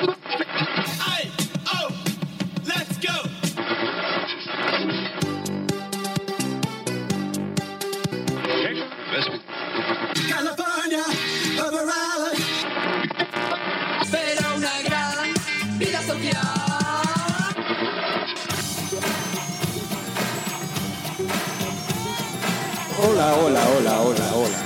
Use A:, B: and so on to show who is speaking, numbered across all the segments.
A: Ay, oh, let's go. California, Overland. Será una gran vida social.
B: Hola, hola, hola, hola, hola.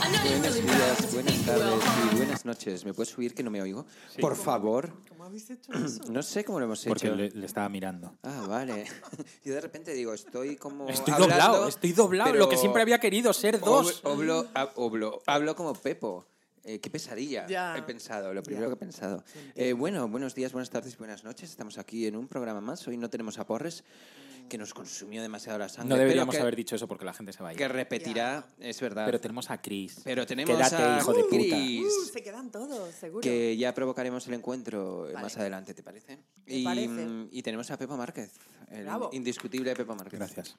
C: I know you
B: Buenos
C: really proud
B: días,
C: to
B: buenas
C: speak well.
B: tardes y buenas noches. ¿Me puedes subir que no me oigo? Por favor.
D: ¿Cómo habéis hecho eso?
B: No sé cómo lo hemos
E: Porque
B: hecho.
E: le, le estaba mirando.
B: Ah, vale. Yo de repente digo, estoy como.
E: Estoy
B: hablando,
E: doblado, estoy doblado.
B: pero
E: Lo que siempre había querido, ser dos.
B: ob- oblo- hab- oblo- hablo como Pepo. Eh, qué pesadilla.
D: Ya.
B: He pensado, lo primero
D: Ya.
B: que he pensado. Eh, bueno, buenos días, buenas tardes, buenas noches. Estamos aquí en un programa más. Hoy no tenemos a Porres, que nos consumió demasiado la sangre.
E: No deberíamos
B: pero que,
E: haber dicho eso porque la gente se va a ir.
B: Que repetirá, es verdad.
E: Pero tenemos a Chris.
B: Pero tenemos
E: Quédate,
B: a
E: hijo de puta.
B: Chris.
D: Uh, se quedan todos, seguro.
B: que ya provocaremos el encuentro eh,
D: Vale.
B: más adelante, ¿te parece?
D: Me
B: y,
D: parece.
B: y tenemos a Pepa Márquez, el
D: Bravo.
B: indiscutible Pepa Márquez.
E: Gracias.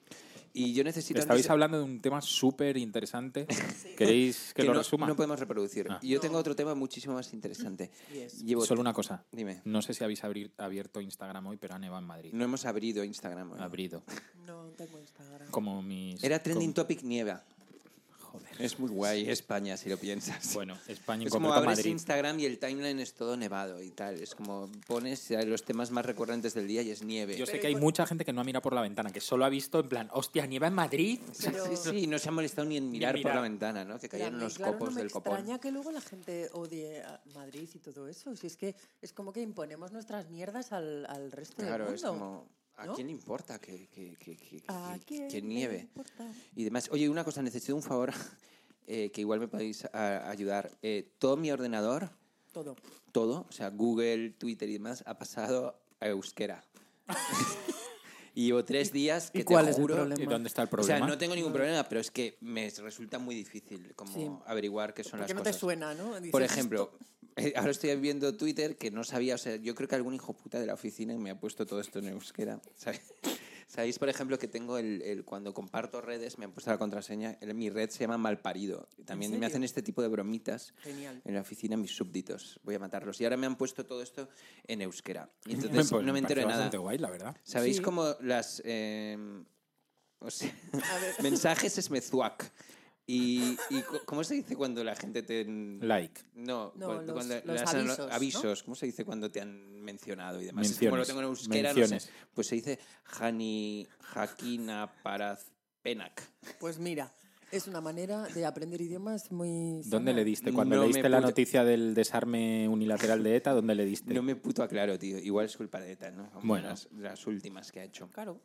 B: Y yo necesito...
E: Estabais
B: antes-
E: hablando de un tema súper interesante. ¿Queréis que, lo
B: no,
E: resuma?
B: No podemos reproducir.
E: Ah.
B: Y yo tengo otro tema muchísimo más interesante.
D: Y es-
B: Llevo-
E: Solo una cosa.
B: Dime.
E: No sé si habéis abrir- abierto Instagram hoy, pero ha nevado en Madrid.
B: No hemos abrido Instagram. hoy.
E: Abrido.
D: No tengo Instagram.
E: Como mis...
B: Era trending
E: como-
B: topic nieva.
E: Joder.
B: Es muy guay España, si lo piensas.
E: Bueno, España en
B: Es como
E: concreto
B: abres
E: Madrid.
B: Instagram y el timeline es todo nevado y tal. Es como pones eh, los temas más recurrentes del día y es nieve.
E: Yo sé que hay mucha gente que no ha mirado por la ventana, que solo ha visto en plan, hostia, nieva en Madrid.
D: Pero-
B: Sí, sí, no se ha molestado ni en mirar, por
E: mirar.
B: la ventana, ¿no? Que caían
D: Mira,
B: unos
D: claro,
B: copos
D: no me
B: del copón.
D: extraña que luego la gente odie a Madrid y todo eso. Si es que es como que imponemos nuestras mierdas al, al resto
B: Claro,
D: del
B: es
D: mundo.
B: como... ¿A
D: ¿no?
B: quién le importa que, que- que- que- que-
D: ¿A
B: que-
D: quién
B: que
D: le
B: nieve?
D: importa?
B: Y demás. Oye, una cosa, necesito un favor eh, que igual me podéis a- ayudar. Eh, todo mi ordenador,
D: Todo.
B: todo, o sea, Google, Twitter y demás, ha pasado a euskera. y llevo tres días que
D: ¿Y cuál
B: te
D: es el
B: juro...
D: problema?
E: ¿Y dónde está el
B: O sea,
E: problema?
B: no tengo ningún problema, pero es que me resulta muy difícil como
D: Sí.
B: averiguar qué son las
D: Porque no
B: cosas.
D: te suena, ¿no? Dices,
B: Por ejemplo, eh, ahora estoy viendo Twitter que no sabía, o sea, yo creo que algún hijo puta de la oficina me ha puesto todo esto en euskera. ¿Sabéis, ¿Sabéis, por ejemplo, que tengo el, el- cuando comparto redes me han puesto la contraseña? el- mi red se llama Malparido. También me
D: serio?
B: hacen este tipo de bromitas
D: Genial.
B: en la oficina mis súbditos. Voy a matarlos. Y ahora me han puesto todo esto en euskera. Y entonces
E: Pues
B: no me entero
E: parece
B: de nada.
E: bastante guay, la verdad.
B: ¿Sabéis
D: Sí.
B: cómo las... eh, o sea,
D: A ver.
B: mensajes es mezuac. ¿Y, y cu- cómo se dice cuando la gente te...
E: Like.
B: No,
D: No, los-
B: cuando- cuando
D: los
B: le hacen
D: avisos, ¿no?
B: avisos, ¿cómo se dice cuando te han mencionado y demás? Es que como lo
E: Menciones,
B: tengo en euskera, no
E: menciones.
B: sé. Pues se dice Hani Hakina Parazpenak.
D: Pues mira, es una manera de aprender idiomas muy.
E: ¿Dónde
D: sana.
E: le diste? Cuando
B: No me
E: leíste la
B: puta-
E: noticia del desarme unilateral de ETA, ¿dónde le diste?
B: No me puto aclaro, tío. Igual es culpa de ETA, ¿no? Como
E: Bueno.
B: Las, las últimas que ha hecho.
D: Claro.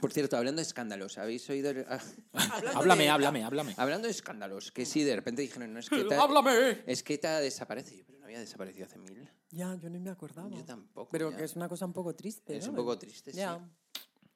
B: Por cierto, hablando de escándalos, ¿habéis oído...? el- ah,
E: Háblame, háblame, háblame.
B: hablando de escándalos, que sí, de repente dijeron, no, es que ETA...
E: ¡Háblame!
B: Es que ETA desaparece. Yo, pero no había desaparecido hace mil.
D: Ya, yo ni me acordaba.
B: Yo tampoco,
D: Pero
B: ya.
D: que es una cosa un poco triste.
B: Es
D: ¿no?
B: un poco triste, sí.
D: Ya.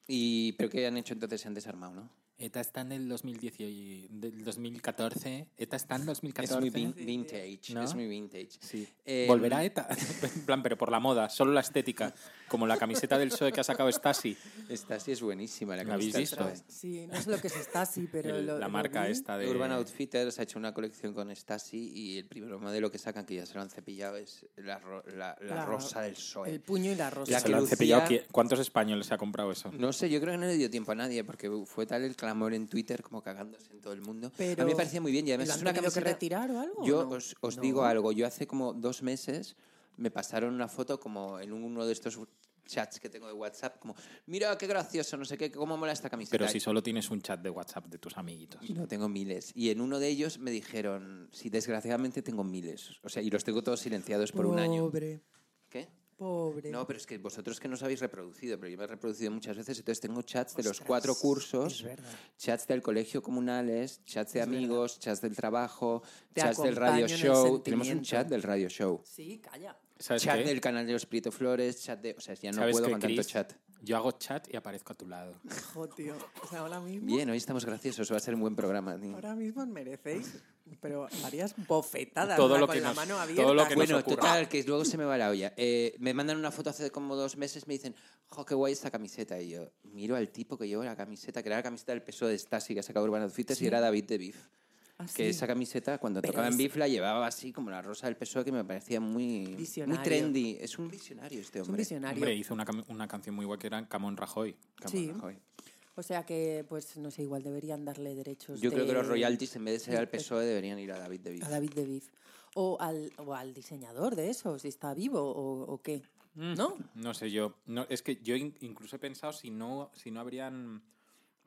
B: Y, ¿Pero qué han hecho entonces? Se han desarmado, ¿no?
E: ETA está en el 2018, del 2014. ETA está en
B: Es
E: 2014.
B: muy vin- vintage,
E: ¿No?
B: es muy vintage.
E: Sí.
B: Eh,
E: Volverá ETA. en plan, pero por la moda, solo la estética. Como la camiseta del PSOE E que ha sacado Stasi.
B: Esta sí es buenísima, la que
E: ¿La habéis
B: me
E: visto?
B: trae.
D: Sí, no sé lo que es Stasi, pero.
E: El-
D: lo-
E: la
D: lo
E: marca
D: vi.
E: esta de.
B: Urban Outfitters ha hecho una colección con Stasi y el primer modelo que sacan, que ya se lo han cepillado, es la, ro- la- la
D: La-
B: rosa del PSOE.
D: El puño y la rosa.
B: La
E: Se
B: que
E: lo han
B: lucía-
E: cepillado. ¿Qui- ¿Cuántos españoles se ha comprado eso?
B: No sé, yo creo que no le dio tiempo a nadie porque fue tal el clamor en Twitter como cagándose en todo el mundo.
D: Pero-
B: a mí me parecía muy bien y además
D: ¿Lo
B: es
D: han
B: una
D: tenido que
B: camiseta...
D: retirar o algo,
B: Yo
D: o no?
B: os, os
D: No.
B: digo algo, yo hace como dos meses me pasaron una foto como en uno de estos chats que tengo de WhatsApp como, mira qué gracioso, no sé qué, cómo mola esta camiseta.
E: Pero si solo tienes un chat de WhatsApp de tus amiguitos.
B: Y no tengo miles. Y en uno de ellos me dijeron, sí, desgraciadamente tengo miles. O sea, y los tengo todos silenciados por un año.
D: Pobre,
B: ¿Qué?
D: pobre.
B: No, pero es que vosotros que no os habéis reproducido, pero yo me he reproducido muchas veces, entonces tengo chats de los
D: Ostras,
B: cuatro cursos,
D: es verdad.
B: chats del colegio comunales, chats de amigos, chats del trabajo,
D: Te
B: chats del
D: acompaño
B: radio
D: en el
B: show. Tenemos un
D: sentimiento.
B: chat del radio show.
D: Sí, calla.
E: ¿Sabes
B: chat
E: qué?
B: del canal de los Prieto Flores, chat de... O sea, ya no
E: ¿Sabes
B: puedo
E: qué,
B: con tanto
E: Chris?
B: chat.
E: Yo hago chat y aparezco a tu lado.
D: Jo, tío. O sea, ahora mismo,
B: Bien, hoy estamos graciosos, va a ser un buen programa. tío.
D: ahora mismo os merecéis, pero varias bofetadas
E: Todo
D: una
E: lo
D: con
E: que
D: la
E: nos-
D: mano
E: todo
D: abierta.
E: lo que nos
B: Bueno,
E: ocurra.
B: total, que luego se me va la olla. Eh, me mandan una foto hace como dos meses, me dicen, jo, qué guay esta camiseta. Y yo E miro al tipo que lleva la camiseta, que era la camiseta del peso de Stasi que ha sacado Urban Outfitters y era David de Biff.
D: Ah,
B: que
D: sí.
B: esa camiseta cuando
D: Pero
B: tocaba en
D: es-
B: Bifla llevaba así como la rosa del PSOE E, que me parecía muy, muy
D: Visionario.
B: trendy. Es un visionario este
D: Es un
B: hombre.
D: visionario.
E: Hombre, hizo una, cam- una canción muy guay que era Camón Rajoy.
B: Camarón,
D: Sí.
B: joder.
D: O sea que, pues, no sé, igual deberían darle derechos.
B: Yo creo que
D: Pues de-
B: los royalties en vez de ser al PSOE E, deberían ir a David de Bif.
D: E. A David de Viz. O al, o al diseñador de eso, si está vivo o, o qué.
B: Mm.
D: ¿No?
E: No sé, yo. No, es que yo in- incluso he pensado si no, si no habrían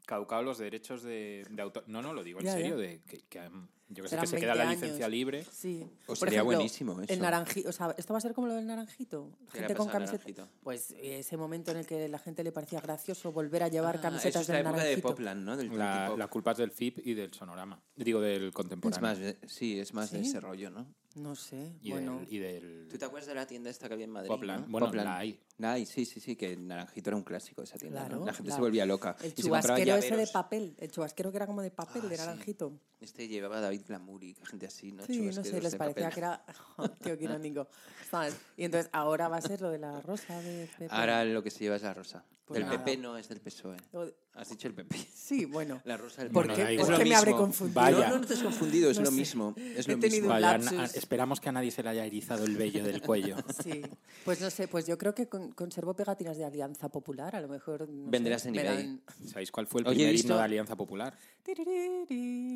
E: caducado los derechos de, de autor. No, no, lo digo en
D: Ya, ya.
E: serio, de que, que, mm, yo que sé, que
D: Serán
E: se queda
D: 20
E: la
D: años.
E: licencia libre.
D: Sí.
B: O sería buenísimo
D: El
B: eso.
D: naranjito. O sea, esto va a ser como lo del naranjito.
B: ¿Qué le
D: Gente
B: ha
D: con
B: pasado al
D: camiseta.
B: Naranjito?
D: Pues ese momento en el que la gente le parecía gracioso volver a llevar
B: Ah, eso
D: camisetas
B: es la
D: del
B: época
D: naranjito.
B: de Popland, ¿no? Del
E: La,
B: Tootipop.
E: la culpa es del FIP y del Sonorama. Digo, del
B: Es
E: contemporáneo.
B: más, de- sí, es más de
D: ¿Sí?
B: ese rollo, ¿no?
D: No sé.
E: y,
D: bueno.
E: del, y del-
B: ¿Tú te acuerdas de la tienda esta que había en Madrid?
E: Popland.
B: ¿no?
E: Bueno, la hay.
B: La hay, sí, sí, sí, que el Naranjito era un clásico esa tienda. ¿no?
D: Claro,
B: La gente se
D: claro.
B: volvía loca.
D: El
B: y se compraba
D: chubasquero ese de
B: llaveros.
D: papel. El chubasquero que era como de papel,
B: Ah,
D: de
B: sí.
D: naranjito.
B: Este llevaba a David Glamuri, gente así, ¿no?
D: Sí, no sé,
B: Chubasqueros
D: les
B: de
D: parecía
B: papel.
D: que era. Tío, qué irónico. ¿Sabes? Y entonces ahora va a ser lo de la rosa de Pepe.
B: Ahora lo que se lleva es la rosa.
D: Pues
B: del
D: nada.
B: PP no es del PSOE.
D: Lo de-
B: E. Has dicho el PP.
D: Sí, bueno.
B: La rosa del
E: Bueno,
D: ¿Por qué,
E: da
D: por
E: igual.
D: qué
E: Es lo
D: me habré
B: E. mismo.
D: confundido?
E: Vaya.
B: No, no, no te has confundido, es
D: No
B: lo
D: sé.
B: mismo. Es
D: He
B: lo
D: tenido
B: mismo.
D: un
E: Vaya,
D: lapsus.
E: na- esperamos que a nadie se le haya erizado el vello del cuello.
D: Sí. Pues no sé, pues yo creo que con- conservo pegatinas de Alianza Popular. A lo mejor. no sé,
B: Venderás en
D: me
B: eBay.
D: dan-
E: ¿Sabéis cuál fue el
B: Oye, he
E: primer
B: visto-
E: himno de Alianza Popular?
D: Tiririri,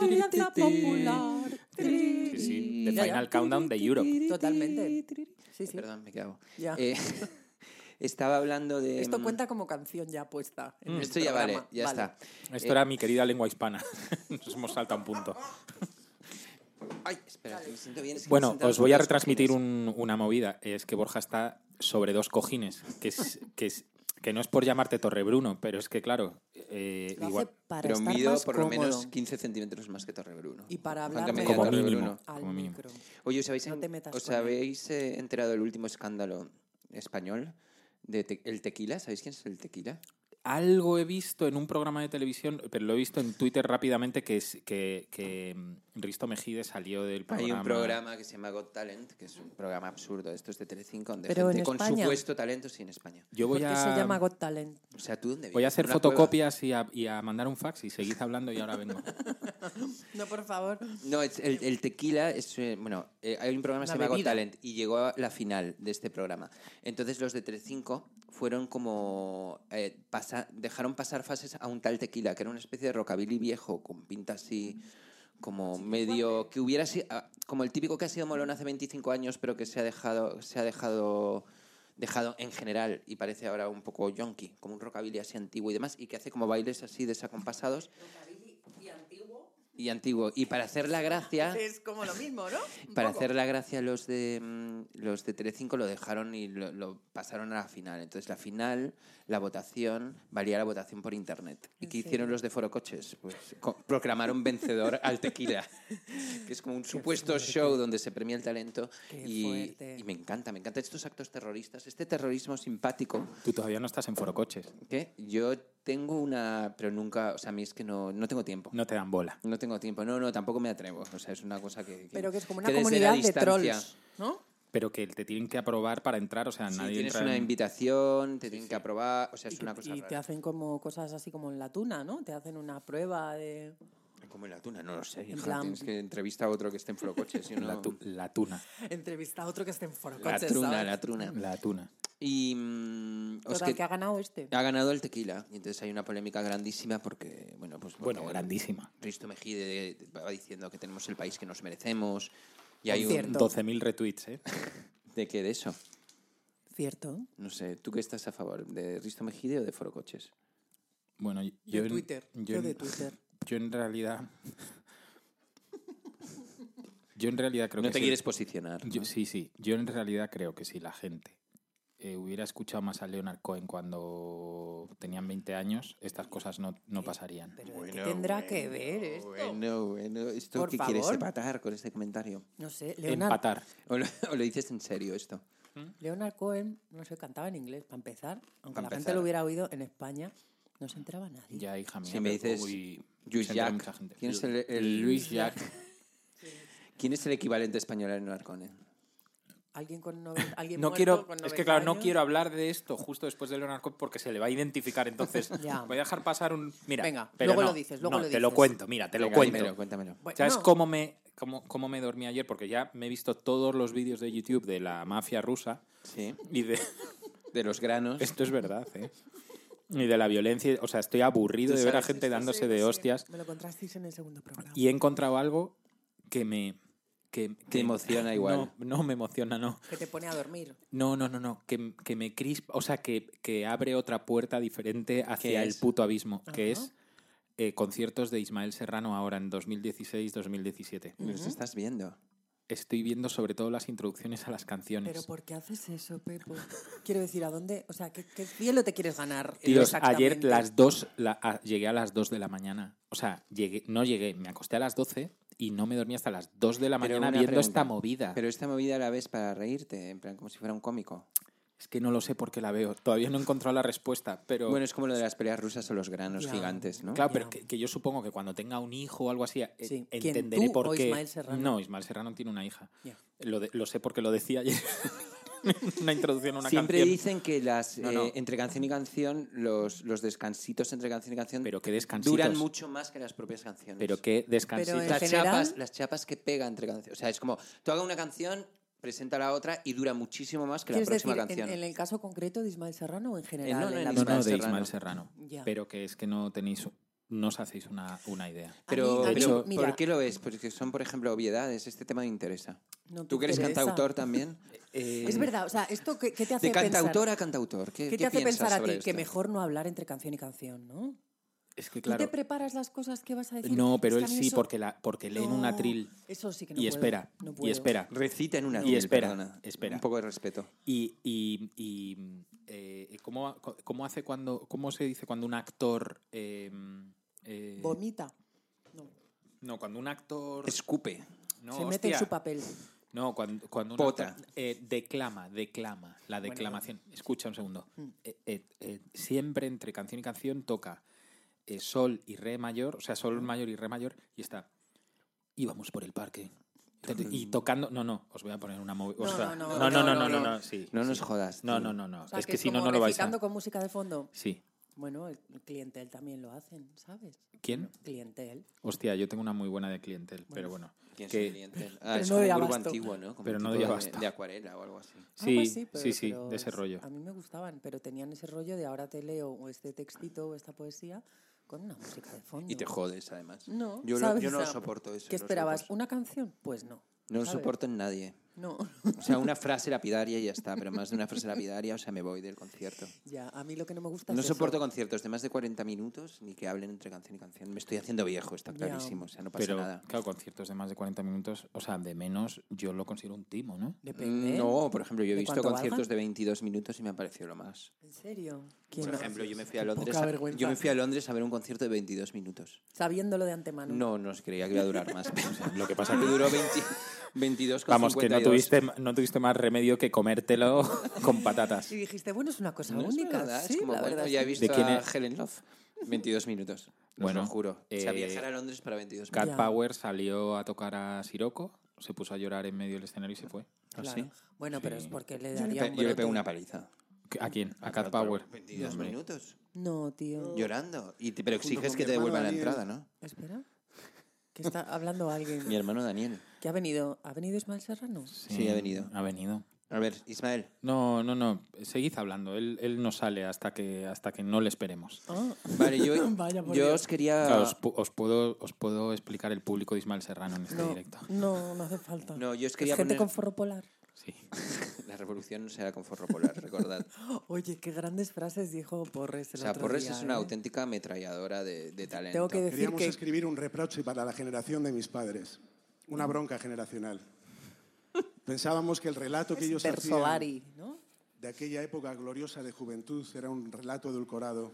D: Alianza Popular. tiririri.
E: Sí, sí, The
D: Ya, ya.
E: Final Countdown de Europe.
D: Totalmente. Sí, sí.
B: Perdón, me cago.
D: Ya.
B: Eh, estaba hablando de... mm,
D: Esto cuenta como canción ya puesta. en el
B: em, Esto ya vale,
D: programa.
B: ya está.
E: Esto era mi querida lengua hispana. Nos hemos saltado un punto.
B: Ay, espera, que me siento bien. es que me
E: Bueno,
B: he sentado
E: os voy a
B: sobre los
E: retransmitir
B: cojines.
E: un- una movida. Es que Borja está sobre dos cojines, que es que, es, que no es por llamarte Torrebruno, pero es que claro, eh,
D: Lo hace
E: igual-
D: para
B: Pero
D: estar
B: mido
D: más
B: por lo
D: cómodo.
B: menos 15 centímetros más que Torre Bruno.
D: Y para
B: Han
D: hablar
B: cambiado a
E: Como
B: Torre
E: mínimo.
B: Bruno.
D: al
E: como mínimo.
D: micro.
B: Oye, ¿os habéis,
D: No
B: en-
D: te metas
B: os
D: con él.
B: habéis, eh, enterado del último escándalo español? De te- ¿El tequila? ¿Sabéis quién es el tequila?
E: algo he visto en un programa de televisión, pero lo he visto en Twitter rápidamente, que es que, que mm, Risto Mejide salió del programa.
B: Hay un programa que se llama Got Talent, que es un programa absurdo. Esto es de Telecinco, donde
D: Pero
B: gente
D: en
B: con
D: España.
B: supuesto talento sí en España.
E: Yo voy
D: Porque
E: a,
D: se llama Got Talent.
B: O sea, ¿tú dónde
E: voy a
B: vives?
E: hacer
B: ¿En una
E: fotocopias y a, y a mandar un fax y seguid hablando y ahora vengo.
D: No, por favor.
B: cueva? No, es- el, el tequila es... eh, bueno, eh, hay un programa que se
D: Una
B: llama Got
D: bebida.
B: Talent y llegó a la final de este programa. Entonces los de Telecinco fueron como... eh, pasa- dejaron pasar fases a un tal tequila, que era una especie de rockabilly viejo, con pinta así... Como medio que hubiera sido como el típico que ha sido molón hace 25 años, pero que se ha dejado se ha dejado dejado en general y parece ahora un poco yonki, como un rockabilly así antiguo y demás, y que hace como bailes así desacompasados. Y antiguo. Y para hacer la gracia,
D: Es como lo mismo, ¿no? Un
B: para
D: poco.
B: hacer la gracia los de mm, los de Telecinco lo dejaron y lo, lo pasaron a la final. Entonces la final, la votación, valía la votación por internet. ¿Y
D: ¿En
B: qué hicieron
D: serio?
B: los de Foro Coches? Pues co- proclamaron vencedor al Tequila, que es como un supuesto
D: fuerte.
B: show donde se premia el talento.
D: Qué
B: Y,
D: fuerte.
B: y me encanta, me encantan estos actos terroristas, este terrorismo simpático.
E: Tú todavía no estás en Forocoches.
B: que Yo tengo una, pero nunca, o sea, a mí es que no, no tengo tiempo.
E: No te dan bola.
B: No tengo tiempo. No, no, tampoco me atrevo. O sea, es una cosa que... que-
D: Pero que es como una
B: que desde
D: comunidad
B: la
D: de
B: distancia-
D: trolls, ¿no?
E: Pero que te tienen que aprobar para entrar, o sea,
B: Sí,
E: nadie
B: tienes
E: entra
B: una
E: en-
B: invitación, te tienen que aprobar, o sea, es
D: Y,
B: una
D: te-
B: cosa
D: y te
B: rara.
D: hacen como cosas así como en la tuna, ¿no? Te hacen una prueba de...
B: Como en la tuna, no lo sé. hija,
D: plan-
B: Tienes que entrevistar a otro que esté en flocoches.
E: la, tu- la tuna.
D: Entrevista a otro que esté en foro
B: La
D: coches,
B: truna,
D: ¿sabes?
B: la truna.
E: La tuna.
B: Y mm, os
D: Total,
B: que-
D: que ha ganado este.
B: ha ganado el tequila. Y entonces hay una polémica grandísima porque, bueno, pues...
E: Bueno,
B: porque
E: grandísima.
B: Risto Mejide va diciendo que tenemos el país que nos merecemos. Y hay un...
D: Cierto.
E: 12.000 retweets, ¿eh?
B: ¿De qué de eso?
D: Cierto.
B: No sé, ¿tú qué estás a favor? ¿De Risto Mejide o de Forocoches?
E: Bueno, yo...
D: De
E: en-
D: Twitter. Yo,
E: en-
D: de Twitter.
E: Yo en realidad... Yo en realidad creo
B: No
E: que...
B: te
E: sí.
B: quieres posicionar.
E: Yo-
B: ¿no?
E: sí, sí. Yo en realidad creo que si la gente eh, hubiera escuchado más a Leonard Cohen cuando tenían 20 años, estas cosas no, no pasarían.
D: Pero ¿de ¿qué tendrá que ver esto?
B: Bueno, bueno, ¿esto
D: Por
B: qué quieres
D: favor.
B: empatar con este comentario?
D: No sé, Leonard,
E: Empatar.
B: ¿O lo, o lo dices en serio esto?
D: Leonard Cohen, no sé, cantaba en inglés, para empezar. Aunque
B: Pa'
D: la gente
B: empezar.
D: lo hubiera oído en España, no se enteraba nadie.
E: Ya, hija mía.
B: Si me
E: pero
B: dices
E: uy,
B: Luis
E: se entera
B: Jack.
E: mucha gente.
B: ¿Quién es el- el-
E: Luis Jack?
B: eh? ¿Quién es el equivalente español a Leonard Cohen?
D: Alguien con noven- alguien
E: No
D: muerto
E: quiero,
D: con
E: es
D: 90
E: que claro, no
D: años.
E: quiero hablar de esto justo después de Leonard Cohen porque se le va a identificar. Entonces,
D: Ya.
E: voy a dejar pasar un. Mira,
D: Venga,
E: pero
D: luego
E: no,
D: lo dices, luego
E: no,
D: lo
E: Te lo
D: dices.
E: cuento, mira, te lo cuento.
B: Cuéntamelo, cuéntamelo.
D: Bueno,
E: ¿Sabes
D: no.
E: cómo, me, cómo, cómo me dormí ayer? Porque ya me he visto todos los vídeos de YouTube de la mafia rusa
B: Sí,
E: y de.
B: de los granos.
E: Esto es verdad, ¿eh? Y de la violencia. O sea, estoy aburrido
B: Tú
E: de ver a
B: sabes
E: gente
D: Sí,
E: dándose
D: sí,
E: de
D: sí.
E: hostias
D: Me lo contrasteis en el segundo programa.
E: y he encontrado algo que me. Que, que-
B: emociona igual.
E: No, no me emociona, no.
D: Que te pone a dormir.
E: No, no, no, no. Que, que me crispa. O sea, que, que abre otra puerta diferente hacia el
B: es?
E: puto abismo, que
D: Ajá.
E: es eh, conciertos de Ismael Serrano ahora en 2016-2017.
B: Los estás viendo.
E: Estoy viendo sobre todo las introducciones a las canciones.
D: Pero ¿por qué haces eso, Pepo? Quiero decir, ¿a dónde? O sea, ¿qué, qué cielo te quieres ganar?
E: Tíos, ayer
D: Exactamente.
E: las 2, llegué a las 2 de la mañana. O sea, llegué, no llegué, me acosté a las 12 y no me dormí hasta las 2 de la
B: Pero
E: mañana
B: una
E: viendo esta
B: pregunta.
E: movida.
B: Pero esta movida la ves para reírte, en plan como si fuera un cómico.
E: Es que no lo sé por qué la veo. Todavía no he encontrado la respuesta. Pero,
B: Bueno, es como lo de las peleas rusas o los granos
D: Ya.
B: gigantes, ¿no?
E: claro,
D: ya.
E: pero que, que yo supongo que cuando tenga un hijo o algo así, eh,
D: Sí. ¿Quién,
E: entenderé
D: tú
E: por
D: o
E: qué.
D: Ismael Serrano?
E: No, Ismael Serrano tiene una hija.
D: Ya.
E: Lo, de- lo sé porque lo decía ayer. una introducción a una
B: Siempre
E: canción.
B: dicen que las
E: No, no.
B: eh, entre canción y canción, los, los descansitos entre canción y canción
E: Pero qué descansitos.
B: duran mucho más que las propias canciones.
E: Pero qué descansito.
D: Pero en
B: las,
D: general-
B: chapas, las chapas que pega entre canciones. O sea, es como tú hagas una canción, presenta la otra y dura muchísimo más que la
D: ¿Quieres
B: próxima
D: decir, en-
B: canción.
D: en, el caso concreto de Ismael Serrano o en general?
B: no,
D: en
B: no,
D: la
B: en
E: Eh, No,
D: vida?
E: no, de
B: Serrano.
E: Ismael Serrano.
D: Ya.
E: Pero que es que no tenéis, no os hacéis una, una idea.
B: Pero,
D: A mí-
E: a mí,
B: pero,
D: mira.
B: ¿por qué lo ves? Porque son, por ejemplo, obviedades. Este tema me interesa.
D: No te
B: ¿Tú que eres
D: interesa.
B: cantautor también?
D: Es
E: Eh,
D: verdad, o sea, ¿esto qué, qué te hace
B: De
D: pensar?
B: cantautor a cantautor. ¿Qué,
D: ¿Qué te hace
B: piensas
D: pensar a
B: sobre
D: ti que
B: esto?
D: mejor no hablar entre canción y canción, no?
E: Es que
D: ¿Tú
E: claro.
D: te preparas las cosas que vas a decir?
E: No, pero
D: Es que
E: él
D: a mí
E: sí,
D: eso-
E: porque, la, porque leen un
D: No,
E: atril.
D: Eso sí que no
E: y
D: puedo,
E: espera,
D: no
E: y
D: puedo.
E: espera.
B: Recita en una
E: Y
B: atril,
E: espera,
B: perdona.
E: espera.
B: Un poco de respeto.
E: Y, y, y, eh, ¿cómo, cómo hace cuando, ¿cómo se dice cuando un actor. eh, eh,
D: Vomita. No,
E: no, cuando un actor.
B: Escupe.
E: no,
D: se mete en
E: hostia.
D: su papel.
E: No, cuando, cuando un
B: Pota.
E: actor, eh, declama, declama, la declamación. Escucha un segundo.
D: Mm.
E: Eh, eh, eh, siempre entre canción y canción toca eh, sol y re mayor, o sea, sol mayor y re mayor, y está. Íbamos por el parque. Y tocando. No, no, os voy a poner una movi- o
D: No,
E: sea,
D: no, no,
E: no, no, no, no, no,
B: no.
E: no, sí,
B: No
E: sí.
B: nos jodas.
E: No,
B: tío.
E: no, no, no.
D: O sea,
E: es que,
D: es
E: si no,
D: como
E: no lo vais a.
D: recitando con música de fondo.
E: Sí.
D: Bueno, el clientel también lo hacen, ¿sabes? Ah,
E: ¿Quién?
D: Clientel.
E: Hostia, yo tengo una muy buena de clientel, pero bueno.
B: ¿Quién
E: que-
B: es el cliente? Ah,
D: pero
B: es
D: no
B: como
D: de
B: un grupo
D: Abasto.
B: antiguo, ¿no? Como
E: Pero
B: un
E: no
B: tipo
E: de
B: de
E: Abasto.
B: de acuarela o algo así.
D: así,
E: sí,
D: Ah, pues pero-
E: sí, sí,
D: pero
E: de ese
D: es-
E: rollo.
D: A mí me gustaban, pero tenían ese rollo de ahora te leo o este textito o esta poesía con una música de fondo.
B: Y te jodes, además.
D: No,
B: yo, lo-
D: ¿sabes?
B: yo
D: O
B: no
D: sea,
B: soporto eso.
D: ¿Qué
B: no
D: esperabas?
B: soporto
D: ¿Una canción? Pues no.
B: eso. No lo
D: ¿sabes?
B: soporto en nadie.
D: No,
B: O sea, una frase lapidaria y ya está, pero más de una frase lapidaria, o sea, me voy del concierto.
D: ya, a mí lo que no me gusta
B: No
D: es eso.
B: soporto conciertos de más de 40 minutos ni que hablen entre canción y canción. Me estoy haciendo viejo, está
D: Ya.
B: clarísimo, o sea, no pasa
E: Pero,
B: nada.
E: claro, conciertos de más de 40 minutos, o sea, de menos, yo lo considero un timo, ¿no?
D: Depende.
B: No, por ejemplo, yo he
D: ¿De
B: visto
D: cuánto valga?
B: conciertos de 22 minutos y me ha parecido lo más.
D: ¿En serio? ¿Quién
B: Por
D: no?
B: ejemplo, yo me fui a
D: Qué
B: Londres
D: poca
B: a,
D: vergüenza.
B: yo me fui a Londres a ver un concierto de 22 minutos.
D: Sabiéndolo de antemano.
B: No, no os creía que iba a durar más. pero, o sea, lo que pasa es que duró 20 22 con
E: Vamos, que no
B: 52.
E: tuviste, no tuviste más remedio que comértelo con patatas.
D: Y dijiste, bueno, es una cosa
B: No es
D: única.
B: verdad,
D: sí,
B: es como,
D: la
B: bueno,
D: verdad.
B: ya he
D: sí.
B: visto
E: ¿De quién
B: a
E: es?
B: Helen Love. 22 minutos. Bueno,
E: Bueno,
B: lo juro. o sea,
E: eh,
B: viajar a Londres para 22
E: Cat
B: minutos.
D: Ya.
E: Power salió a tocar a Siroco, se puso a llorar en medio del escenario y se fue.
D: Claro.
B: Ah, ¿sí?
D: Bueno, pero
E: Sí.
D: es porque le
B: Yo le
D: daría
B: pe-
D: un
B: Yo le
D: brote.
B: pego una paliza.
E: ¿A quién? A Cat Power.
B: 22
E: Hombre.
B: minutos.
D: No, tío.
B: Llorando. Y te- pero
C: Junto
B: exiges
C: con
B: que
C: mi
B: te devuelvan
C: hermano
B: la
C: Daniel.
B: entrada, ¿no?
D: Espera. Que está hablando
B: Mi
D: alguien.
B: hermano Daniel.
D: ¿Que ha venido? ¿Ha venido Ismael Serrano?
B: Sí, ha venido.
E: Ha venido.
B: A ver, Ismael.
E: No, no, no. Seguid hablando. Él, él no sale hasta que, hasta que no le esperemos.
D: Ah,
B: Vale, yo,
D: Vaya, por
B: yo
D: Dios.
B: os quería...
E: Claro, os, pu- os puedo, os puedo explicar el público de Ismael Serrano en este
D: no,
E: directo.
D: no, no hace falta.
B: No, yo es
D: Es
B: quería
D: gente
B: poner-
D: con forro polar.
E: Sí.
B: La revolución no será con forro polar, recordad.
D: Oye, qué grandes frases dijo Porres.
B: O
D: El
B: sea,
D: otro
B: Porres
D: día,
B: es una
D: ¿eh?
B: auténtica ametralladora de, de talento.
D: Tengo que decir
C: Queríamos
D: que
C: escribir un reproche para la generación de mis padres. Una bronca generacional. Pensábamos que el relato que ellos hacían
D: Bersolari, ¿no?
C: de aquella época gloriosa de juventud era un relato edulcorado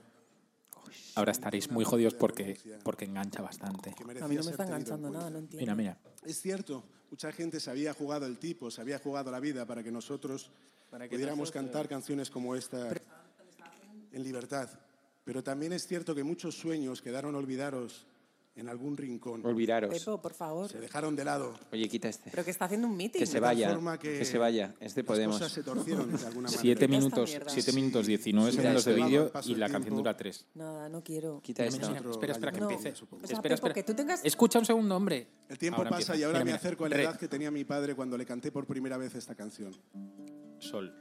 E: Ahora estaréis muy jodidos porque, porque engancha bastante.
C: que merecía
D: A mí no me
C: ser
D: está
C: tenido en
D: enganchando
C: cuenta.
D: nada, no entiendo.
E: Mira, mira.
C: Es cierto, mucha gente se había jugado el tipo, se había jugado la vida para que nosotros pudiéramos cantar canciones como esta en libertad. Pero también es cierto que muchos sueños quedaron olvidados en algún rincón.
B: Olvidaros.
D: Pepo, por favor.
C: Se dejaron de lado.
B: Oye, quita este.
D: Pero que está haciendo un meeting.
B: Que se
C: tal
B: vaya.
C: forma
B: Que,
C: que
B: se vaya. Es de Podemos.
C: Las cosas se torcieron de alguna manera.
E: Siete
D: esta
E: minutos,
D: mierda.
E: siete minutos 19
C: Sí,
E: segundos
B: sí,
E: de
B: sí.
E: vídeo
C: Paso
E: y
C: el
E: la canción
C: tiempo.
E: dura tres.
D: Nada, no quiero.
B: Quita
E: Mira,
B: esto.
E: mira, espera, espera que
C: No.
E: empiece.
C: O sea,
E: espera,
D: Pepo,
E: espera.
D: que tú tengas-
E: Escucha un segundo, hombre.
C: El tiempo
E: Ahora
C: pasa
E: empieza.
C: y ahora
E: Mira,
C: me
E: mira.
C: acerco a la
E: Re,
C: edad que tenía mi padre cuando le canté por primera vez esta canción.
E: Sol.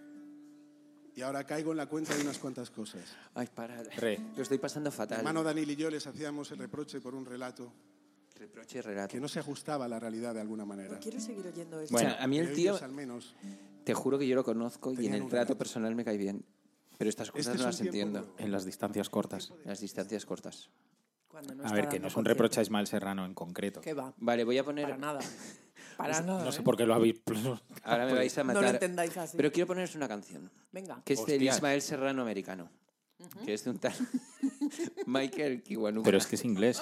C: Y ahora caigo en la cuenta de unas cuantas cosas.
B: Ay, para.
E: Re.
B: Lo estoy pasando
C: Mi
B: fatal.
C: hermano Daniel y yo les hacíamos el reproche por un relato
B: Reproche y relato.
C: que no se ajustaba a la realidad de alguna manera.
D: No quiero seguir oyendo esto.
B: Bueno,
E: Bueno,
B: a mí el
C: De
B: tío,
C: ellos, al menos.
B: te juro que yo lo conozco y en
C: Tenían
B: el
C: un
B: trato
C: relato.
B: personal me cae bien. Pero estas cosas
C: Este es
B: no
C: un
B: las
C: tiempo ¿eh?
B: entiendo.
C: nuevo.
E: En las distancias cortas.
B: Las distancias cortas.
D: Cuando no
E: A
D: está
E: ver, que
D: dando
E: no es un
D: concierto.
E: reproche a Ismael Serrano en concreto.
D: Que va.
B: Vale, voy a poner.
D: Para nada. Para nada.
E: No sé
D: ¿eh?
E: por qué lo habéis.
B: Ahora me vais a
D: No
B: matar.
D: lo entendáis así.
B: Pero quiero poneros una canción.
D: Venga.
B: Que es del
E: Hostia.
B: Ismael Serrano americano. Que es de un tal. Michael Kiwanuka.
E: Pero es que es inglés.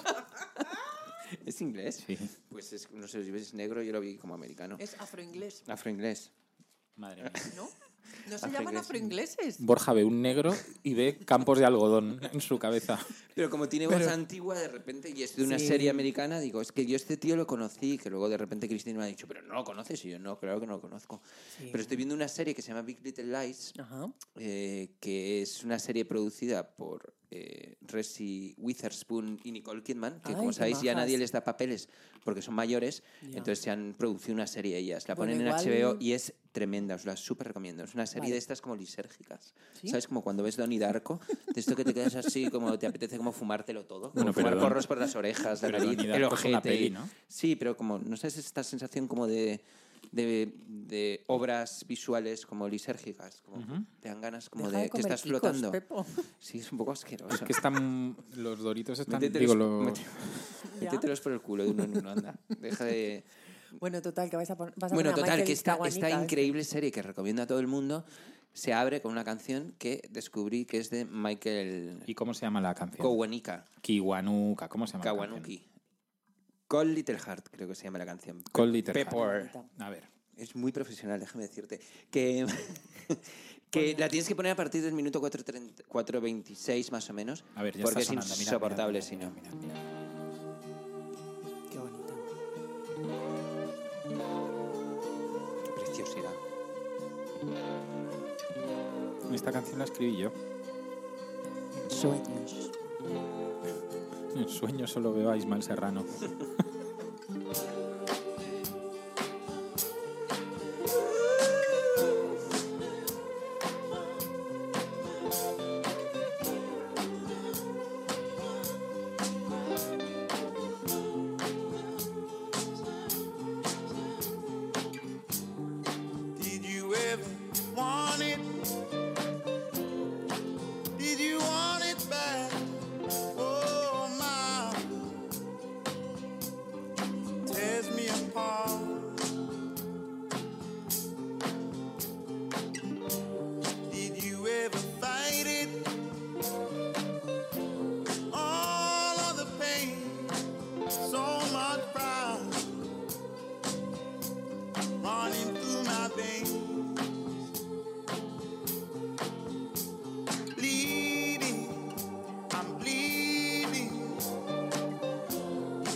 B: ¿Es inglés?
E: Sí.
B: Pues es- no sé si es negro, yo lo vi como americano.
D: Es afroinglés,
B: Afroinglés.
E: Madre mía.
D: ¿no? ¿No se llaman
B: Afroinglés.
D: afroingleses?
E: Borja ve un negro y ve campos de algodón en su cabeza.
B: Pero como tiene voz antigua, de repente, y es de una serie americana, digo, es que yo este tío lo conocí, que luego de repente Cristina me ha dicho, pero no lo conoces, y yo, no, claro que no lo conozco. Pero estoy viendo una serie que se llama Big Little Lies,
D: Ajá.
B: eh, que es una serie producida por eh, Reese Witherspoon y Nicole Kidman, que
D: Ay,
B: como
D: qué
B: sabéis ya
D: majas.
B: nadie les da papeles porque son mayores,
D: Ya.
B: entonces se han producido una serie ellas, la
D: Bueno,
B: ponen
D: igual-
B: en HBO y es tremenda, os la súper recomiendo, es una serie
D: Vale.
B: de estas como lisérgicas,
D: ¿Sí?
B: ¿sabes? Como cuando ves Donnie Darko, de esto que te quedas así como te apetece como fumártelo todo, como
E: Bueno, pero
B: fumar
E: Don-
B: porros por las orejas, la
E: pero
B: nariz,
E: Donnie
B: el
E: Darko es una
B: ojete.
E: peli, ¿no?
B: Sí, pero como, no sé, es esta sensación como de, de, de obras visuales como lisérgicas, como te dan ganas como
D: Deja
B: de,
D: de
B: que estás
D: comer quicos,
B: flotando.
D: Pepo.
B: Sí, es un poco asqueroso.
E: Es que están. Los doritos están.
B: Métetelos-
E: Digo, los.
B: mete- métetelos por el culo de uno en uno, anda. Deja de...
D: Bueno, total, que vais a pon- vas a poner.
B: Bueno,
D: a
B: total,
D: Michael
B: que esta,
D: Caguanita,
B: esta
D: ¿eh?
B: increíble serie que recomiendo a todo el mundo se abre con una canción que descubrí que es de Michael
E: ¿Y cómo se llama la canción?
B: Kowanika,
E: Kiwanuka. ¿Cómo se llama? la canción?
B: Kawanuki. Cold Little Heart, creo que se llama la canción.
E: Cold Little Heart.
B: Pepper.
E: A ver.
B: Es muy profesional, déjame decirte. Que, que la tienes que poner a partir del minuto 4.30 4.26 más o menos,
E: A ver, ya
B: porque es
E: está sonando. Mira,
B: insoportable
E: mira,
B: si
E: mira,
B: no.
E: mira, mira.
D: Qué bonito.
B: Preciosidad.
E: Esta canción la escribí yo.
D: Sueños.
E: En sueño solo veo a Ismael Serrano.
F: Did you ever want it? Did you want it back? Oh, my. Tears me apart. Did you ever fight it? All of the pain, so much pride running through my veins, bleeding. I'm bleeding.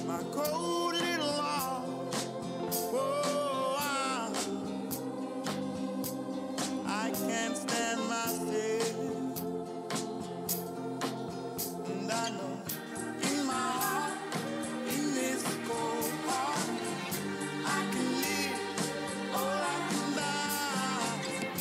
F: My cold little heart, oh, I, I can't stand myself, and I know in my heart, in this cold heart, I can live. All I can die.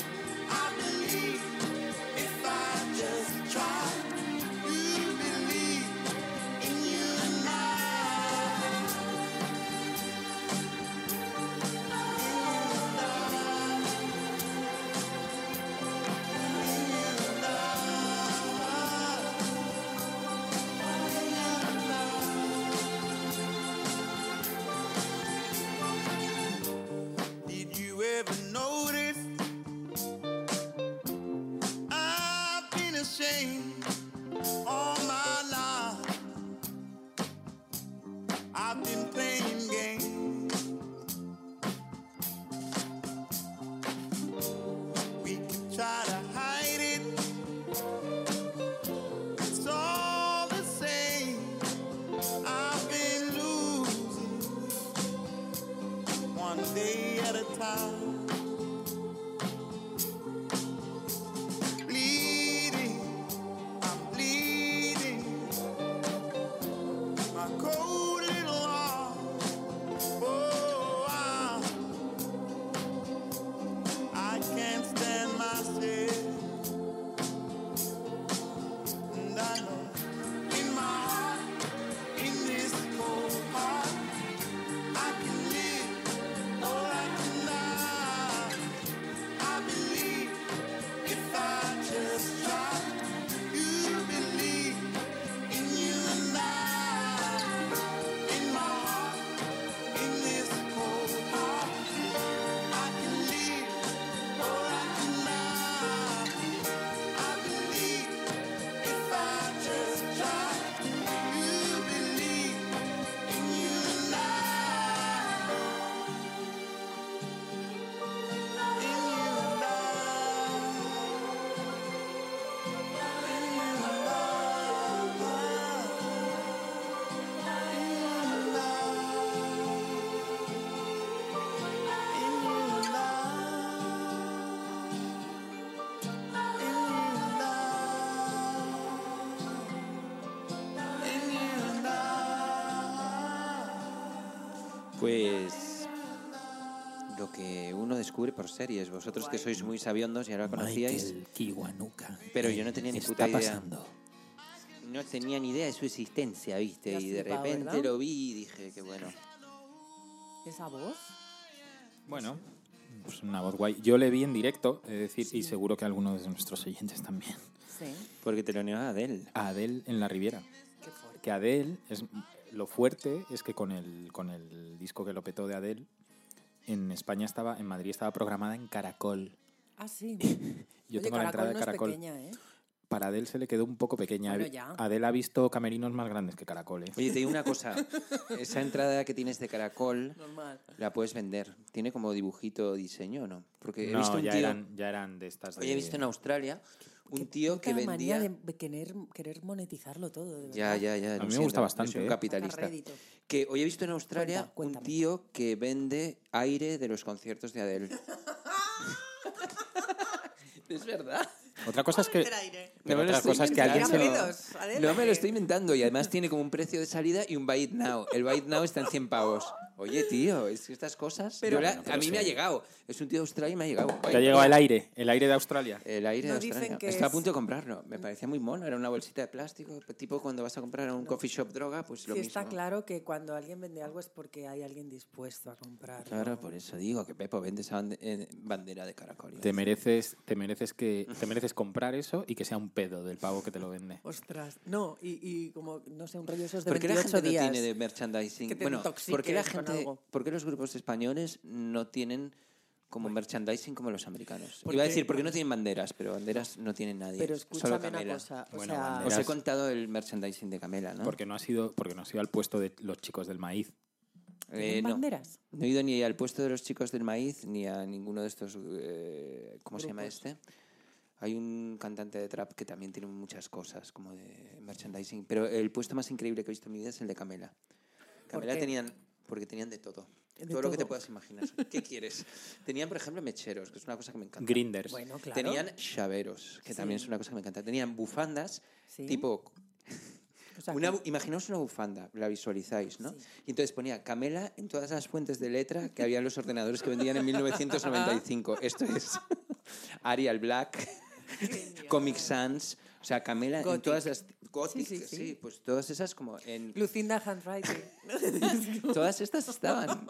F: at a time. Bleeding, I'm bleeding. My cold little heart, oh, I'm, I can't stand myself. And I know in my heart, in this cold heart, I can live or I can die. I believe if I just try. You believe in you and I. In my heart, in this cold heart, I can live or I can die. I believe if I just try. You believe in you and I.
B: Pues lo que uno descubre por series, vosotros que sois muy sabiondos y ahora conocíais,
E: Kiwanuka.
B: pero yo no tenía ni
E: Está
B: puta idea.
E: pasando.
B: no tenía ni idea de su existencia, ¿viste?
D: Te has
B: Y de
D: flipado,
B: repente
D: ¿verdad?
B: lo vi y dije, qué bueno.
D: ¿Esa voz?
E: Bueno, pues una voz guay. Yo le vi en directo, es decir, y seguro que algunos de nuestros oyentes también.
D: Sí.
B: Porque te lo negaba de él.
E: A Adele en la Riviera.
D: Qué fuerte.
E: Que Adele, es, lo fuerte es que con el, con el disco que lo petó de Adele, en España estaba, en Madrid estaba programada en Caracol.
D: Ah, sí. Oye,
E: Yo tengo la entrada de
D: no es
E: Caracol.
D: pequeña, ¿eh?
E: Para Adele se le quedó un poco pequeña.
D: Bueno,
E: Adele-
D: ya.
E: Adele ha visto camerinos más grandes que Caracol. ¿eh?
B: Oye, te digo una cosa. Esa entrada que tienes de caracol
D: Normal.
B: la puedes vender. ¿Tiene como dibujito diseño o no? Porque he
E: no,
B: visto un
E: ya,
B: tío.
E: eran, eh, ya eran de estas.
B: Oye,
E: de-
B: he visto en Australia un
D: Qué
B: tío que
D: puta
B: vendía.
D: manía de querer, querer monetizarlo todo. de
B: Ya,
D: verdad.
B: ya, ya.
E: A
B: lo
E: mí me
B: siento,
E: gusta
B: yo
E: bastante,
B: soy un
E: ¿eh?
B: capitalista.
D: Saca rédito.
B: Que hoy he visto en Australia
D: Cuenta, cuéntame.
B: un tío que vende aire de los conciertos de Adele. es verdad.
E: Otra cosa es que. Pero
B: No me lo
E: otra
B: estoy
E: cosa es que alguien se lo-
B: inventando.
D: Rápidos, adelante.
B: No me lo estoy inventando y además tiene como un precio de salida y un buy it now. El buy it now está en 100 pavos. Oye, tío, es que estas cosas... yo la- a mí me ha llegado. Es un tío de Australia y me ha llegado.
E: Te ha llegado el aire, el aire de Australia.
B: El aire
D: No
B: de Australia.
D: dicen que
B: Estaba a
D: es-
B: punto de comprarlo. Me parecía muy mono. Era una bolsita de plástico. Tipo cuando vas a comprar a un coffee shop droga, pues lo
D: Sí,
B: mismo.
D: está claro que cuando alguien vende algo es porque hay alguien dispuesto a comprarlo.
B: Claro, pues. por eso digo que Pepo vende esa bande- eh, bandera de caracol.
E: Te mereces, te mereces que te mereces comprar eso y que sea un pedo del pavo que te lo vende.
B: Pues
D: Ostras, no, y, y como, no sé, un rollo esos de
B: ¿Por qué la
D: 28
B: gente
D: días.
B: no tiene de merchandising?
D: Que te
B: bueno, ¿por qué, la
D: intoxiques con
B: gente,
D: algo.
B: ¿por qué los grupos españoles no tienen como merchandising como los americanos?
D: Pues Porque- pues
B: Iba a decir, ¿por qué no tienen banderas? Pero banderas no tiene nadie.
D: Pero
B: solo
D: escúchame una
B: Camela.
D: cosa, o
E: Bueno,
D: sea,
E: bandera.
B: Os he
E: Verás.
B: contado el merchandising de Camela, ¿no?
E: Porque no ha sido, porque no ha sido al puesto de los chicos del maíz.
B: Eh,
D: ¿tienen
B: no.
D: banderas?
B: No he ido ni al puesto de los chicos del maíz, ni a ninguno de estos... eh, ¿Cómo se llama este? Hay un cantante de trap que también tiene muchas cosas como de merchandising, pero el puesto más increíble que he visto en mi vida es el de Camela. Camela
D: qué?
B: tenían, porque tenían de todo.
D: De
B: todo, lo que te
D: todo.
B: puedas imaginar. ¿Qué quieres? Tenían, por ejemplo, mecheros, que es una cosa que me encanta.
E: Grinders.
D: Bueno, claro.
B: Tenían chaveros, que también es una cosa que me encanta. Tenían bufandas,
D: Sí.
B: tipo
D: O sea,
B: una
D: que-
B: bu- imaginaos una bufanda, la visualizáis, ¿no?
D: Sí.
B: Y entonces ponía Camela en todas las fuentes de letra que había en los ordenadores que vendían en 1995. Esto es Arial Black, Comic Sans, o sea, Camela en
D: Gothic.
B: todas las... Gothic, sí,
D: Sí, sí, sí.
B: pues todas esas como en...
D: Lucinda Handwriting.
B: Todas estas estaban.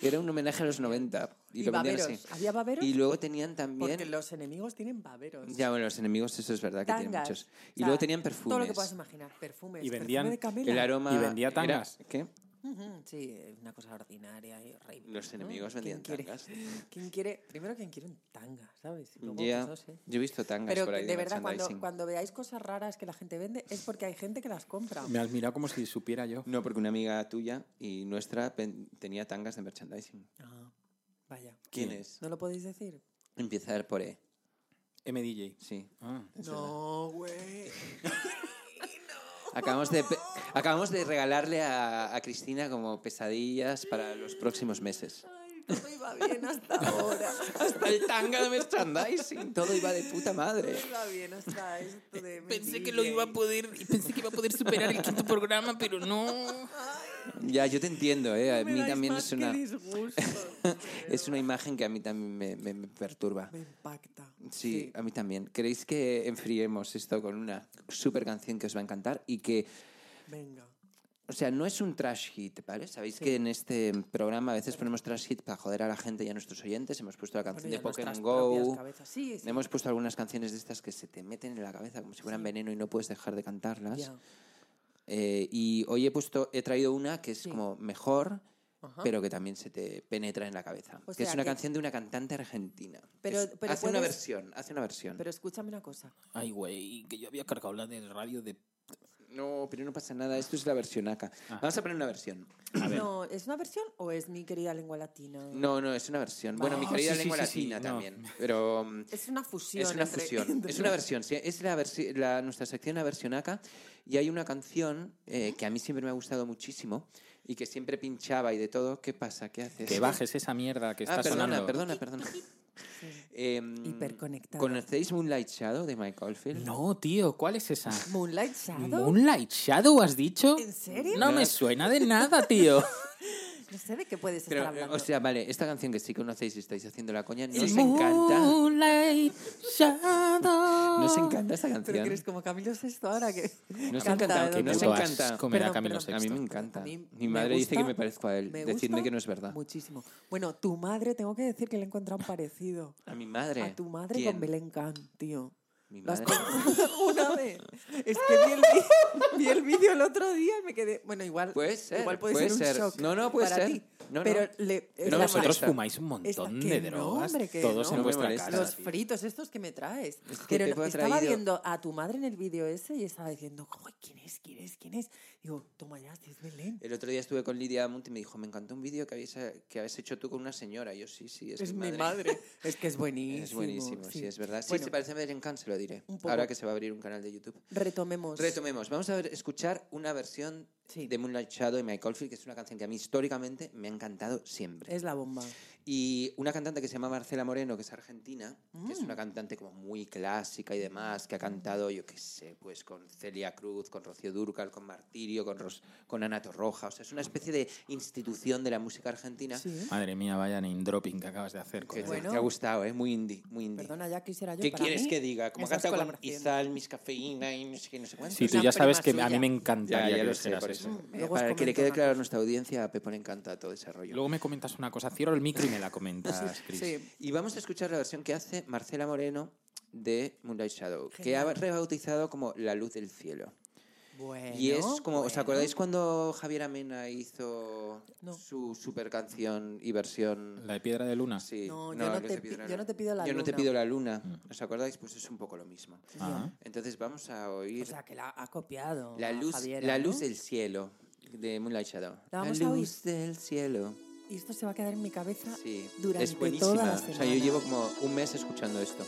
B: Era un homenaje a los 90. Y,
D: Y
B: lo vendían
D: baberos.
B: así.
D: ¿Había baberos?
B: Y luego tenían
D: Porque
B: también...
D: los enemigos tienen baberos.
B: Ya, bueno, los enemigos, eso es verdad que tienen
D: tangas,
B: muchos.
D: o
B: Y
D: sea,
B: luego tenían perfumes.
D: Todo lo que puedas imaginar, perfumes.
E: Y
D: perfume
E: vendían
D: de Camela.
B: El aroma...
E: Y vendía
B: era-
E: tangas.
B: ¿Qué?
D: Ujú, Sí, una cosa ordinaria y horrible,
B: Los
D: ¿no?
B: enemigos
D: ¿Quién
B: vendían
D: quiere-
B: tangas.
D: ¿Quién quiere? Primero, ¿quién quiere un tanga? ¿Sabes? Y luego, pues,
B: Ya,
D: no sé.
B: Yo he visto tangas
D: Pero
B: por ahí
D: de verdad, cuando,
B: merchandising.
D: cuando veáis cosas raras que la gente vende, es porque hay gente que las compra.
E: Me has mirado como si supiera yo.
B: No, porque una amiga tuya y nuestra pen- tenía tangas de merchandising.
D: Ah, vaya.
B: ¿Quién es?
D: ¿No lo podéis decir?
B: Empezar por E,
E: MDJ.
B: sí.
E: Ah.
D: No, güey.
B: Acabamos de, pe- acabamos de regalarle a, a Cristina como pesadillas para los próximos meses.
D: Ay, Todo iba bien hasta ahora.
B: Hasta el tanga de merchandising. Todo iba de puta madre.
D: Todo iba bien hasta esto de mi
G: Pensé que lo
D: DJ.
G: iba a poder, pensé que iba a poder superar el quinto programa, pero no.
B: Ya, yo te entiendo, ¿eh? A
D: Me
B: mí
D: dais
B: también
D: más
B: es
D: que
B: una,
D: disgustos,
B: es una imagen que a mí también me, me- me perturba.
D: Me impacta.
B: Sí, a mí también. ¿Queréis que enfriemos esto con una super canción que os va a encantar y que
D: Venga.
B: O sea, no es un trash hit, ¿vale? Sabéis que en este programa a veces ponemos trash hit para joder a la gente y a nuestros oyentes. Hemos puesto la canción
D: Bueno, y
B: de
D: a nuestras
B: Pokémon Go.
D: propias cabezas. Sí, sí.
B: Hemos puesto algunas canciones de estas que se te meten en la cabeza como si fueran veneno y no puedes dejar de cantarlas.
D: Ya.
B: Eh, y hoy he puesto, he traído una que es como mejor,
D: Ajá.
B: pero que también se te penetra en la cabeza.
D: O
B: que es
D: sea
B: una
D: que-
B: canción de una cantante argentina.
D: Pero-
B: Es-
D: pero
B: hace una
D: puedes-
B: versión, hace una versión.
D: Pero escúchame una cosa.
G: Ay, güey, que yo había cargado la de radio de.
B: No, pero no pasa nada. Esto es la versión acá.
D: Ah.
B: Vamos a poner una versión.
D: No, ¿es una versión o es mi querida lengua latina?
B: No, no, es una versión. Bueno, mi
E: Ah,
B: querida
E: sí, sí,
B: lengua
E: sí, sí,
B: latina
E: no.
B: también. Pero mm,
D: Es una fusión.
B: es una
D: entre-
B: fusión.
D: entre-
B: Es una versión. sí, es la versi- la- nuestra sección, la versión acá. Y hay una canción eh, que a mí siempre me ha gustado muchísimo y que siempre pinchaba y de todo. ¿Qué pasa? ¿Qué haces?
E: Que bajes esa mierda que
B: Ah,
E: está
B: perdona,
E: sonando.
B: perdona, perdona. Eh,
D: Hiperconectada.
B: ¿Conocéis Moonlight Shadow de Mike Oldfield?
E: No, tío, ¿cuál es esa?
D: Moonlight Shadow.
E: Moonlight Shadow, ¿has dicho?
D: ¿En serio?
E: No me suena de nada, tío.
D: No sé de qué puedes
B: Pero, eh,
D: estar hablando.
B: o sea, vale, esta canción que sí conocéis y estáis haciendo la coña,
E: El
B: nos encanta.
E: Moonlight Shadow.
B: Nos encanta esta canción.
D: pero que eres como Camilo Sexto ahora que
B: Nos
D: canta
B: encanta,
D: de
B: que nos
D: todo.
E: puto
B: encanta.
E: asco me da
D: Perdón,
E: Camilo
D: perdón.
B: A mí me
E: Sexto.
B: encanta.
D: A mí
B: Mi
D: me
B: madre dice que
D: gusta-
B: me parezco a él.
D: me
B: Decidme
D: gusta
B: que no es verdad.
D: Muchísimo. Bueno, tu madre, tengo que decir que le he encontrado parecido.
B: A mi madre.
D: A tu madre
B: ¿Quién?
D: con Belén Can, tío.
B: Mi
D: ¿Lo has
B: madre.
D: contado una vez? Es que vi el, vi- vi el vídeo el otro día y me quedé. Bueno, igual.
B: Puede ser,
D: igual puede,
B: puede
D: ser,
B: ser.
D: un shock.
B: No, no, puede
D: para
B: ser.
D: ti.
B: No, no.
D: Pero le-
B: no me
D: las-
E: Vosotros
B: molesta.
E: fumáis un
D: Esta-
E: montón
D: que
E: de
D: no,
E: drogas,
D: hombre, que
E: todos
D: no.
E: en
B: No me
E: vuestra
B: molesta.
E: casa.
D: Los
B: tío.
D: fritos estos que me traes.
B: Es que
D: Pero
B: te
D: no-
B: he
D: estaba
B: traído-
D: viendo a tu madre en el vídeo ese y estaba diciendo, "Joder, ¿quién es? ¿Quién es? ¿Quién es? Digo, toma ya, si es Belén.
B: El otro día estuve con Lidia Munt y me dijo, me encantó un vídeo que habéis, que habéis hecho tú con una señora. Y yo, sí, sí, es,
D: Es mi madre. Es que es buenísimo.
B: Es buenísimo, sí, es verdad. Sí,
D: Bueno,
B: se parece a Belén Khan, se lo diré.
D: Un poco.
B: Ahora que se va a abrir un canal de YouTube.
D: Retomemos.
B: Retomemos. Vamos a ver- escuchar una versión
D: Sí.
B: de Moonlight Shadow de Mike Oldfield, que es una canción que a mí históricamente me ha encantado siempre.
D: Es la bomba.
B: Y una cantante que se llama Marcela Moreno, que es argentina, que es
D: Mm.
B: una cantante como muy clásica y demás, que ha cantado, yo qué sé, pues con Celia Cruz, con Rocío Dúrcal, con Martirio, con, Ros- con Ana Torroja. O sea, es una especie de institución de la música argentina
D: Sí.
E: Madre mía, vaya name dropping que acabas de hacer.
B: que te-
E: colega.
D: Bueno.
B: te ha gustado, ¿eh? Muy indie, muy indie.
D: Perdona, ya quisiera yo.
B: ¿Qué
D: para
B: quieres
D: mí,
B: que diga? Como ha
D: esas
B: cantado con
D: colaboraciones.
B: Izal, Miss Cafeína y no sé qué, no sé cuánto.
E: Sí, tú
D: Una
E: ya sabes que
D: prima
E: a mí
D: suya.
E: me
B: Ya,
E: encantaría
B: ya
E: que
B: lo sé,
E: dijeras
B: por
E: eso.
B: eso.
D: Mm,
B: Eh,
D: luego os
B: para que le
D: comento
B: quede
D: una
B: claro a
D: cosa.
B: nuestra audiencia, a Pepo le encanta todo ese rollo.
E: Luego me comentas una cosa, cierro el micro y me la comentas, Chris.
D: Sí.
B: Y vamos a escuchar la versión que hace Marcela Moreno de Moonlight Shadow, que ha
D: Genial.
B: rebautizado como La Luz del Cielo.
D: Bueno,
B: y es como, ¿os
D: bueno.
B: acordáis cuando Javier Amena hizo
D: No.
B: su super canción y versión?
E: La de Piedra de Luna.
B: Sí,
D: No, yo no te pi- yo no te pido la
B: Yo no te
D: luna.
B: pido la luna. ¿Os acordáis? Pues es un poco lo mismo.
E: Ah.
B: Entonces vamos a oír
D: O sea, que la ha copiado.
B: la,
D: a ¿eh?
B: luz,
D: Javiera,
B: la
D: ¿no?
B: luz del cielo de Moonlight Shadow.
D: La
B: La,
D: vamos a
B: luz del cielo.
D: Y esto se va a quedar en mi cabeza
B: Sí,
D: durante
B: es buenísima.
D: toda la
B: o
D: semana.
B: sea, yo llevo como un mes escuchando esto.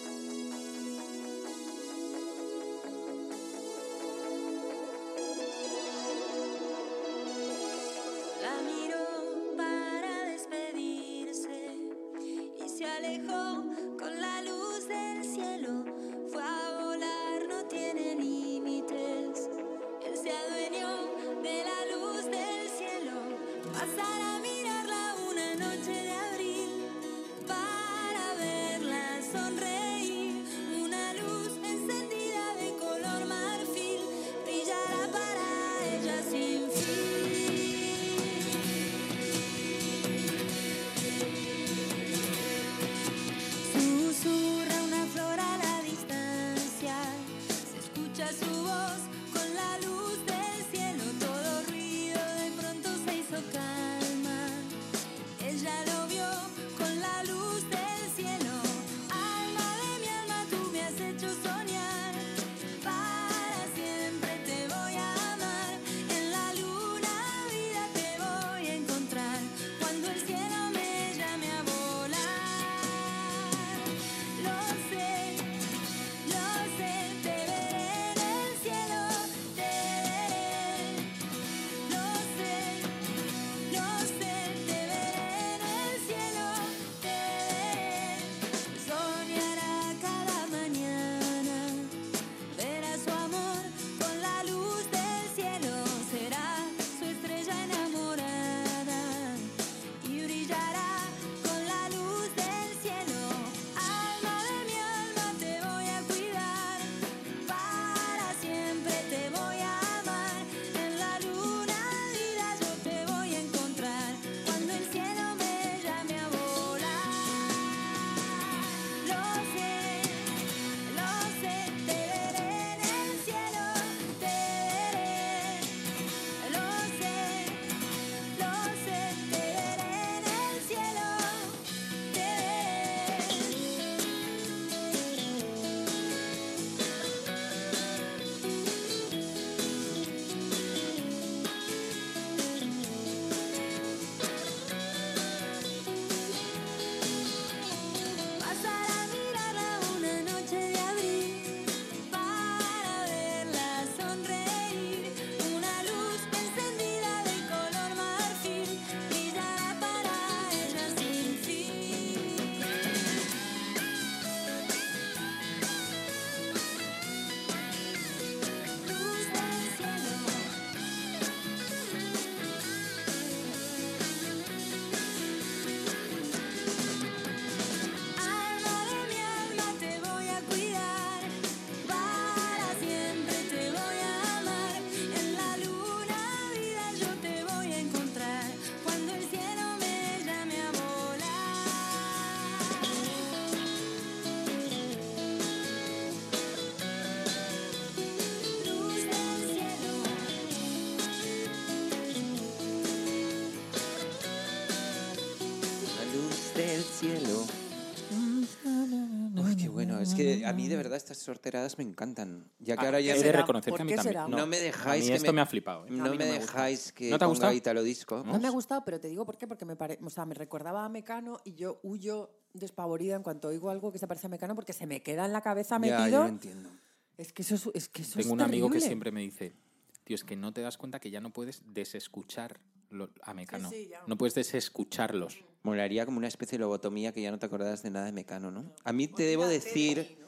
H: La miró para despedirse y se alejó con la luz del cielo. Fue a volar, no tiene límites. Él se adueñó de la luz del cielo. Pasar a mirarla una noche de abril para verla sonreír. Una luz encendida de color marfil brillará para ella sin fin. Sus
B: es que a mí de verdad estas sorteradas me encantan. Ya que
D: Ah,
B: ahora ya
E: He
D: ¿qué
E: de
D: será?
E: reconocer
D: ¿Por
E: que a mí
D: qué
E: también.
D: será? Ah,
B: no, me dejáis
E: a mí
B: que
E: esto
B: me,
E: me ha flipado. ¿eh?
B: No, me, dejáis que
E: ¿No te ha
B: ponga
E: gustado?
B: Italo disco.
D: No me ha gustado, pero te digo por qué, porque me, pare- o sea, me recordaba a Mecano y yo huyo despavorida en cuanto oigo algo que se parece a Mecano porque se me queda en la cabeza
B: Ya,
D: metido.
B: yo lo entiendo.
D: es que eso es, es que eso es
E: Tengo un amigo que
D: terrible.
E: siempre me dice, tío, es que no te das cuenta que ya no puedes desescuchar lo- a Mecano.
D: sí, ya.
E: no puedes desescucharlos.
B: Molaría como una especie de lobotomía que ya no te acordás de nada de Mecano, ¿no? A mí te debo decir...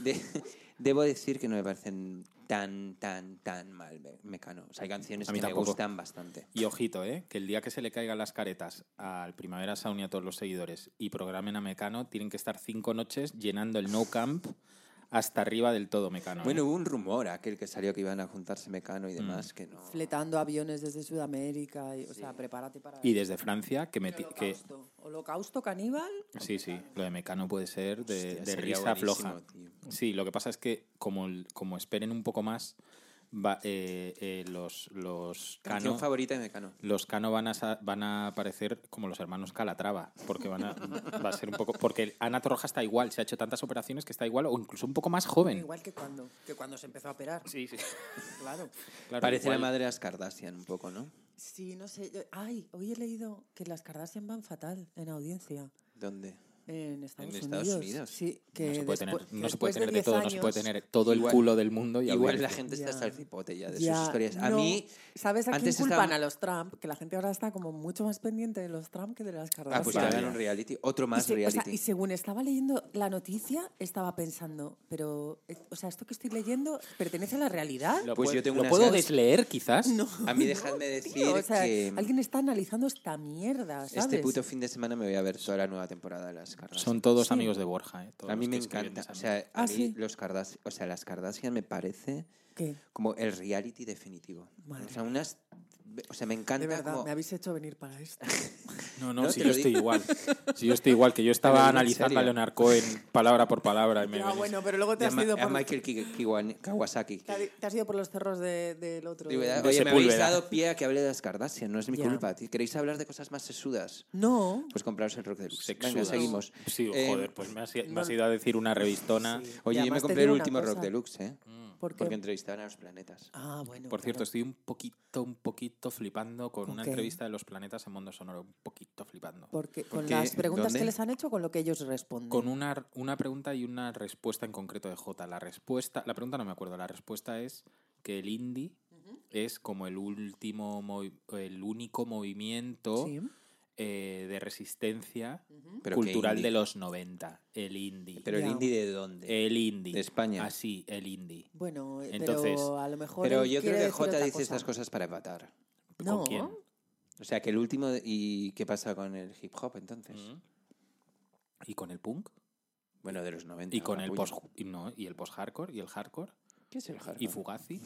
B: de- debo decir que no me parecen tan, tan, tan mal Me- Mecano. O sea, hay canciones
E: A
B: que
E: mí
B: me
E: tampoco.
B: gustan bastante.
E: Y ojito, ¿eh? que el día que se le caigan las caretas al Primavera Sound y a todos los seguidores y programen a Mecano, tienen que estar cinco noches llenando el No Camp hasta arriba del todo Mecano. ¿eh?
B: Bueno, hubo un rumor aquel que salió que iban a juntarse Mecano
E: Mm.
B: y demás, que no...
D: Fletando aviones desde Sudamérica, y, o sea, prepárate para
E: y desde Francia, que, me ti- que
D: holocausto. holocausto caníbal.
E: Sí, sí, lo de Mecano puede ser de,
B: Hostia,
E: de
B: sería
E: risa
B: buenísimo,
E: floja.
B: tío.
E: Sí, lo que pasa es que como, el- como esperen un poco más, va- eh, eh, los, los
B: Canción
E: Cano...
B: favorita de Mecano.
E: Los Cano van a, sa- van a aparecer como los hermanos Calatrava, porque van a, va a ser un poco... Porque Ana Torroja está igual, se ha hecho tantas operaciones que está igual o incluso un poco más joven.
D: Igual que cuando, que cuando se empezó a operar.
E: Sí, sí.
D: Claro.
E: Claro,
B: Parece
E: igual-
B: la madre de las Kardashian un poco, ¿no?
D: Sí, no sé. yo- Ay, hoy he leído que las Kardashian van fatal en audiencia.
B: ¿Dónde?
D: En Estados,
B: Estados
D: Unidos.
B: Unidos.
D: Sí, que
E: No se puede tener,
D: despu- que
E: no se puede
D: después
E: tener de, todo,
D: 10
E: no se puede
D: años-
E: tener todo el
B: Igual-
E: culo del mundo. Y
B: Igual
E: audiencia.
B: la gente
D: Ya.
B: está salcipote ya de
D: Ya,
B: sus historias. A
D: no.
B: mí...
D: ¿Sabes a
B: antes
D: quién culpan
B: estaba-
D: a los Trump? Que la gente ahora está como mucho más pendiente de los Trump que de las Kardashian.
B: Ah, pues
E: ya
B: que
E: había.
B: hagan un reality. Otro
D: Y
B: más
D: se- o sea,
B: reality.
D: y según estaba leyendo la noticia, estaba pensando, pero, eh, o sea, esto que estoy leyendo pertenece a la realidad.
E: Lo
B: Pues
E: puedo-
B: yo tengo
E: ¿Lo
B: unas
E: puedo
B: ganas-
E: desleer, quizás?
B: A mí dejadme decir
D: Tío, o sea,
B: que
D: alguien está analizando esta mierda, ¿sabes?
B: este puto fin de semana me voy a ver toda la nueva temporada de las Kardashian.
E: Son todos amigos de Borja. ¿eh? Todos
B: a mí
E: los
B: me
E: que escriben
B: encanta.
E: esa
B: O sea, a
D: Ah,
B: mí
D: ¿sí?
B: los Kardashian, o sea, las Kardashian me parece
D: ¿Qué?
B: como el reality definitivo.
D: Madre
B: o sea, unas o sea, me encanta
D: De verdad,
B: como-
D: me habéis hecho venir para esto.
E: No, no,
B: No, te
E: si yo
B: lo
E: estoy
B: digo.
E: igual. Si yo estoy igual, que yo
B: Te lo
E: estaba
B: digo en
E: analizando a
B: serio.
E: Leonard Cohen palabra por palabra. Y me
D: Ya,
E: venís-
D: Ah, bueno, pero luego
B: y
D: te
B: a,
D: has
B: Ma-
D: ido
B: a
D: por,
B: Michael Ki- Kiwan- Kawasaki.
D: te ha- te has ido por los cerros de- del otro.
B: Digo,
D: día.
B: ya,
E: De
B: Oye, me habéis
E: Sepúlveda.
B: dado pie a que hable de las Kardashian, no es mi
D: Ya.
B: culpa. tío. ¿Queréis hablar de cosas más sesudas?
D: No,
B: Pues compraros el Rock Deluxe. Venga,
E: Sexudas.
B: seguimos.
E: Sí,
B: Eh,
E: joder, pues me has, me has ido a decir una revistona.
D: Y
B: Oye, yo me
D: además te
B: compré el
D: digo una
B: último Rock
D: cosa.
B: Deluxe, ¿eh?
D: ¿por qué?
B: Porque entrevistaban a los planetas.
D: Ah, bueno.
E: Por cierto,
D: claro.
E: estoy un poquito, un poquito flipando con
D: ¿Con
E: una
D: qué?
E: entrevista de los planetas en Mundo Sonoro. Un poquito flipando.
D: Porque, con
B: Porque,
D: las preguntas
B: ¿dónde?
D: que les han hecho, con lo que ellos responden.
E: Con una, una pregunta y una respuesta en concreto de J. La respuesta, la pregunta no me acuerdo, la respuesta es que el indie es como el último, movi- el único movimiento
D: Sí.
E: eh, de resistencia
B: Pero ¿qué
E: cultural
B: indie?
E: de Eh, los 90, el indie.
B: Pero
D: Ya.
B: el indie de dónde?
E: el indie.
B: de España.
E: Así, el indie.
D: Bueno, eh,
E: Entonces-
D: pero a lo mejor.
B: Pero
D: él
B: yo creo
D: quiere
B: que
D: decir
B: Jota
D: otra
B: dice
D: cosa.
B: estas cosas para empatar.
D: No.
E: ¿Con quién?
B: O sea, que el último... de- ¿Y qué pasa con el hip hop entonces?
E: Mm. ¿Y con el punk?
B: Bueno, de los 90.
E: ¿Y con el
B: capullo.
E: post y, no, y el post hardcore y el hardcore
B: ¿Qué es el hardcore?
E: y Fugazi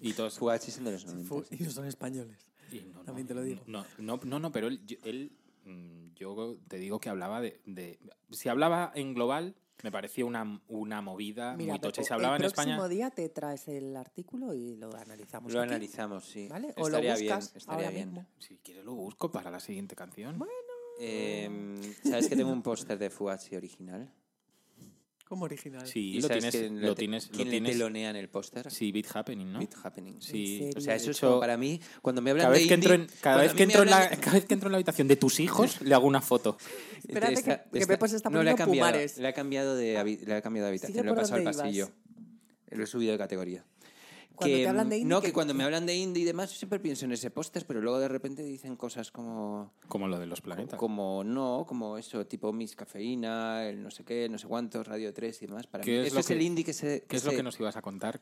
E: y todos
B: Fugazi son de los 90.
D: Fu- Y son españoles.
E: Y no, no,
D: También te lo digo.
E: No, no, no, no, pero él, yo, él, mm, yo te digo que hablaba de, de- Si hablaba en global, me parecía una, una
B: Ah,
E: movida muy tocha.
D: Pepo,
E: Y si hablaba
D: el
E: en España...
D: próximo día te traes el artículo y lo analizamos.
B: Lo
D: aquí,
B: analizamos, sí.
D: ¿Vale? O
B: Estaría
D: lo buscas
B: bien, estaría
D: ahora
B: bien.
D: mismo.
E: Si quieres lo busco para la siguiente canción.
B: Eh, ¿Sabes que tengo un póster de Fugazi original?
D: Como original.
E: Sí,
B: ¿Y
E: lo
B: sabes
E: tienes,
B: quién
E: lo
B: le-
E: tienes, lo
B: ¿Quién le
E: tienes.
B: telonea en el póster?
E: Sí, Beat Happening, ¿no?
B: It Happening.
E: Sí.
D: ¿En
B: O sea,
D: serio?
B: eso es
E: Hecho-
B: como para mí, cuando me hablan
E: Cada
B: de
E: vez, que entro en,
B: indie-
E: cada,
B: cuando
E: vez
B: a
E: que
B: mí me
E: entro en la,
B: hablan de-
E: cada vez que entro en la habitación de tus hijos, le hago una foto.
D: Espérate que- que Pepo se está
B: no, le ha
D: poniendo
B: cambiado,
D: Pumares.
B: Le ha cambiado de, habi- le ha cambiado de
D: Sigue
B: habitación, lo he
D: por
B: pasado al
D: donde
B: pasillo. Lo he subido de categoría.
D: Cuando te hablan de
B: mm,
D: indie,
B: No,
D: ¿qué-
B: que cuando me hablan de indie y demás, yo siempre pienso en ese póster, pero luego de repente dicen cosas como...
E: Como lo de los planetas.
B: Como no, como eso, tipo Miss Cafeína, el no sé qué, no sé cuántos, Radio 3 y demás. Para mí.
E: ¿Qué es
B: Eso
E: lo
B: es
E: que-
B: el indie que se...
E: ¿Qué es lo
B: se-
E: que nos ibas a contar?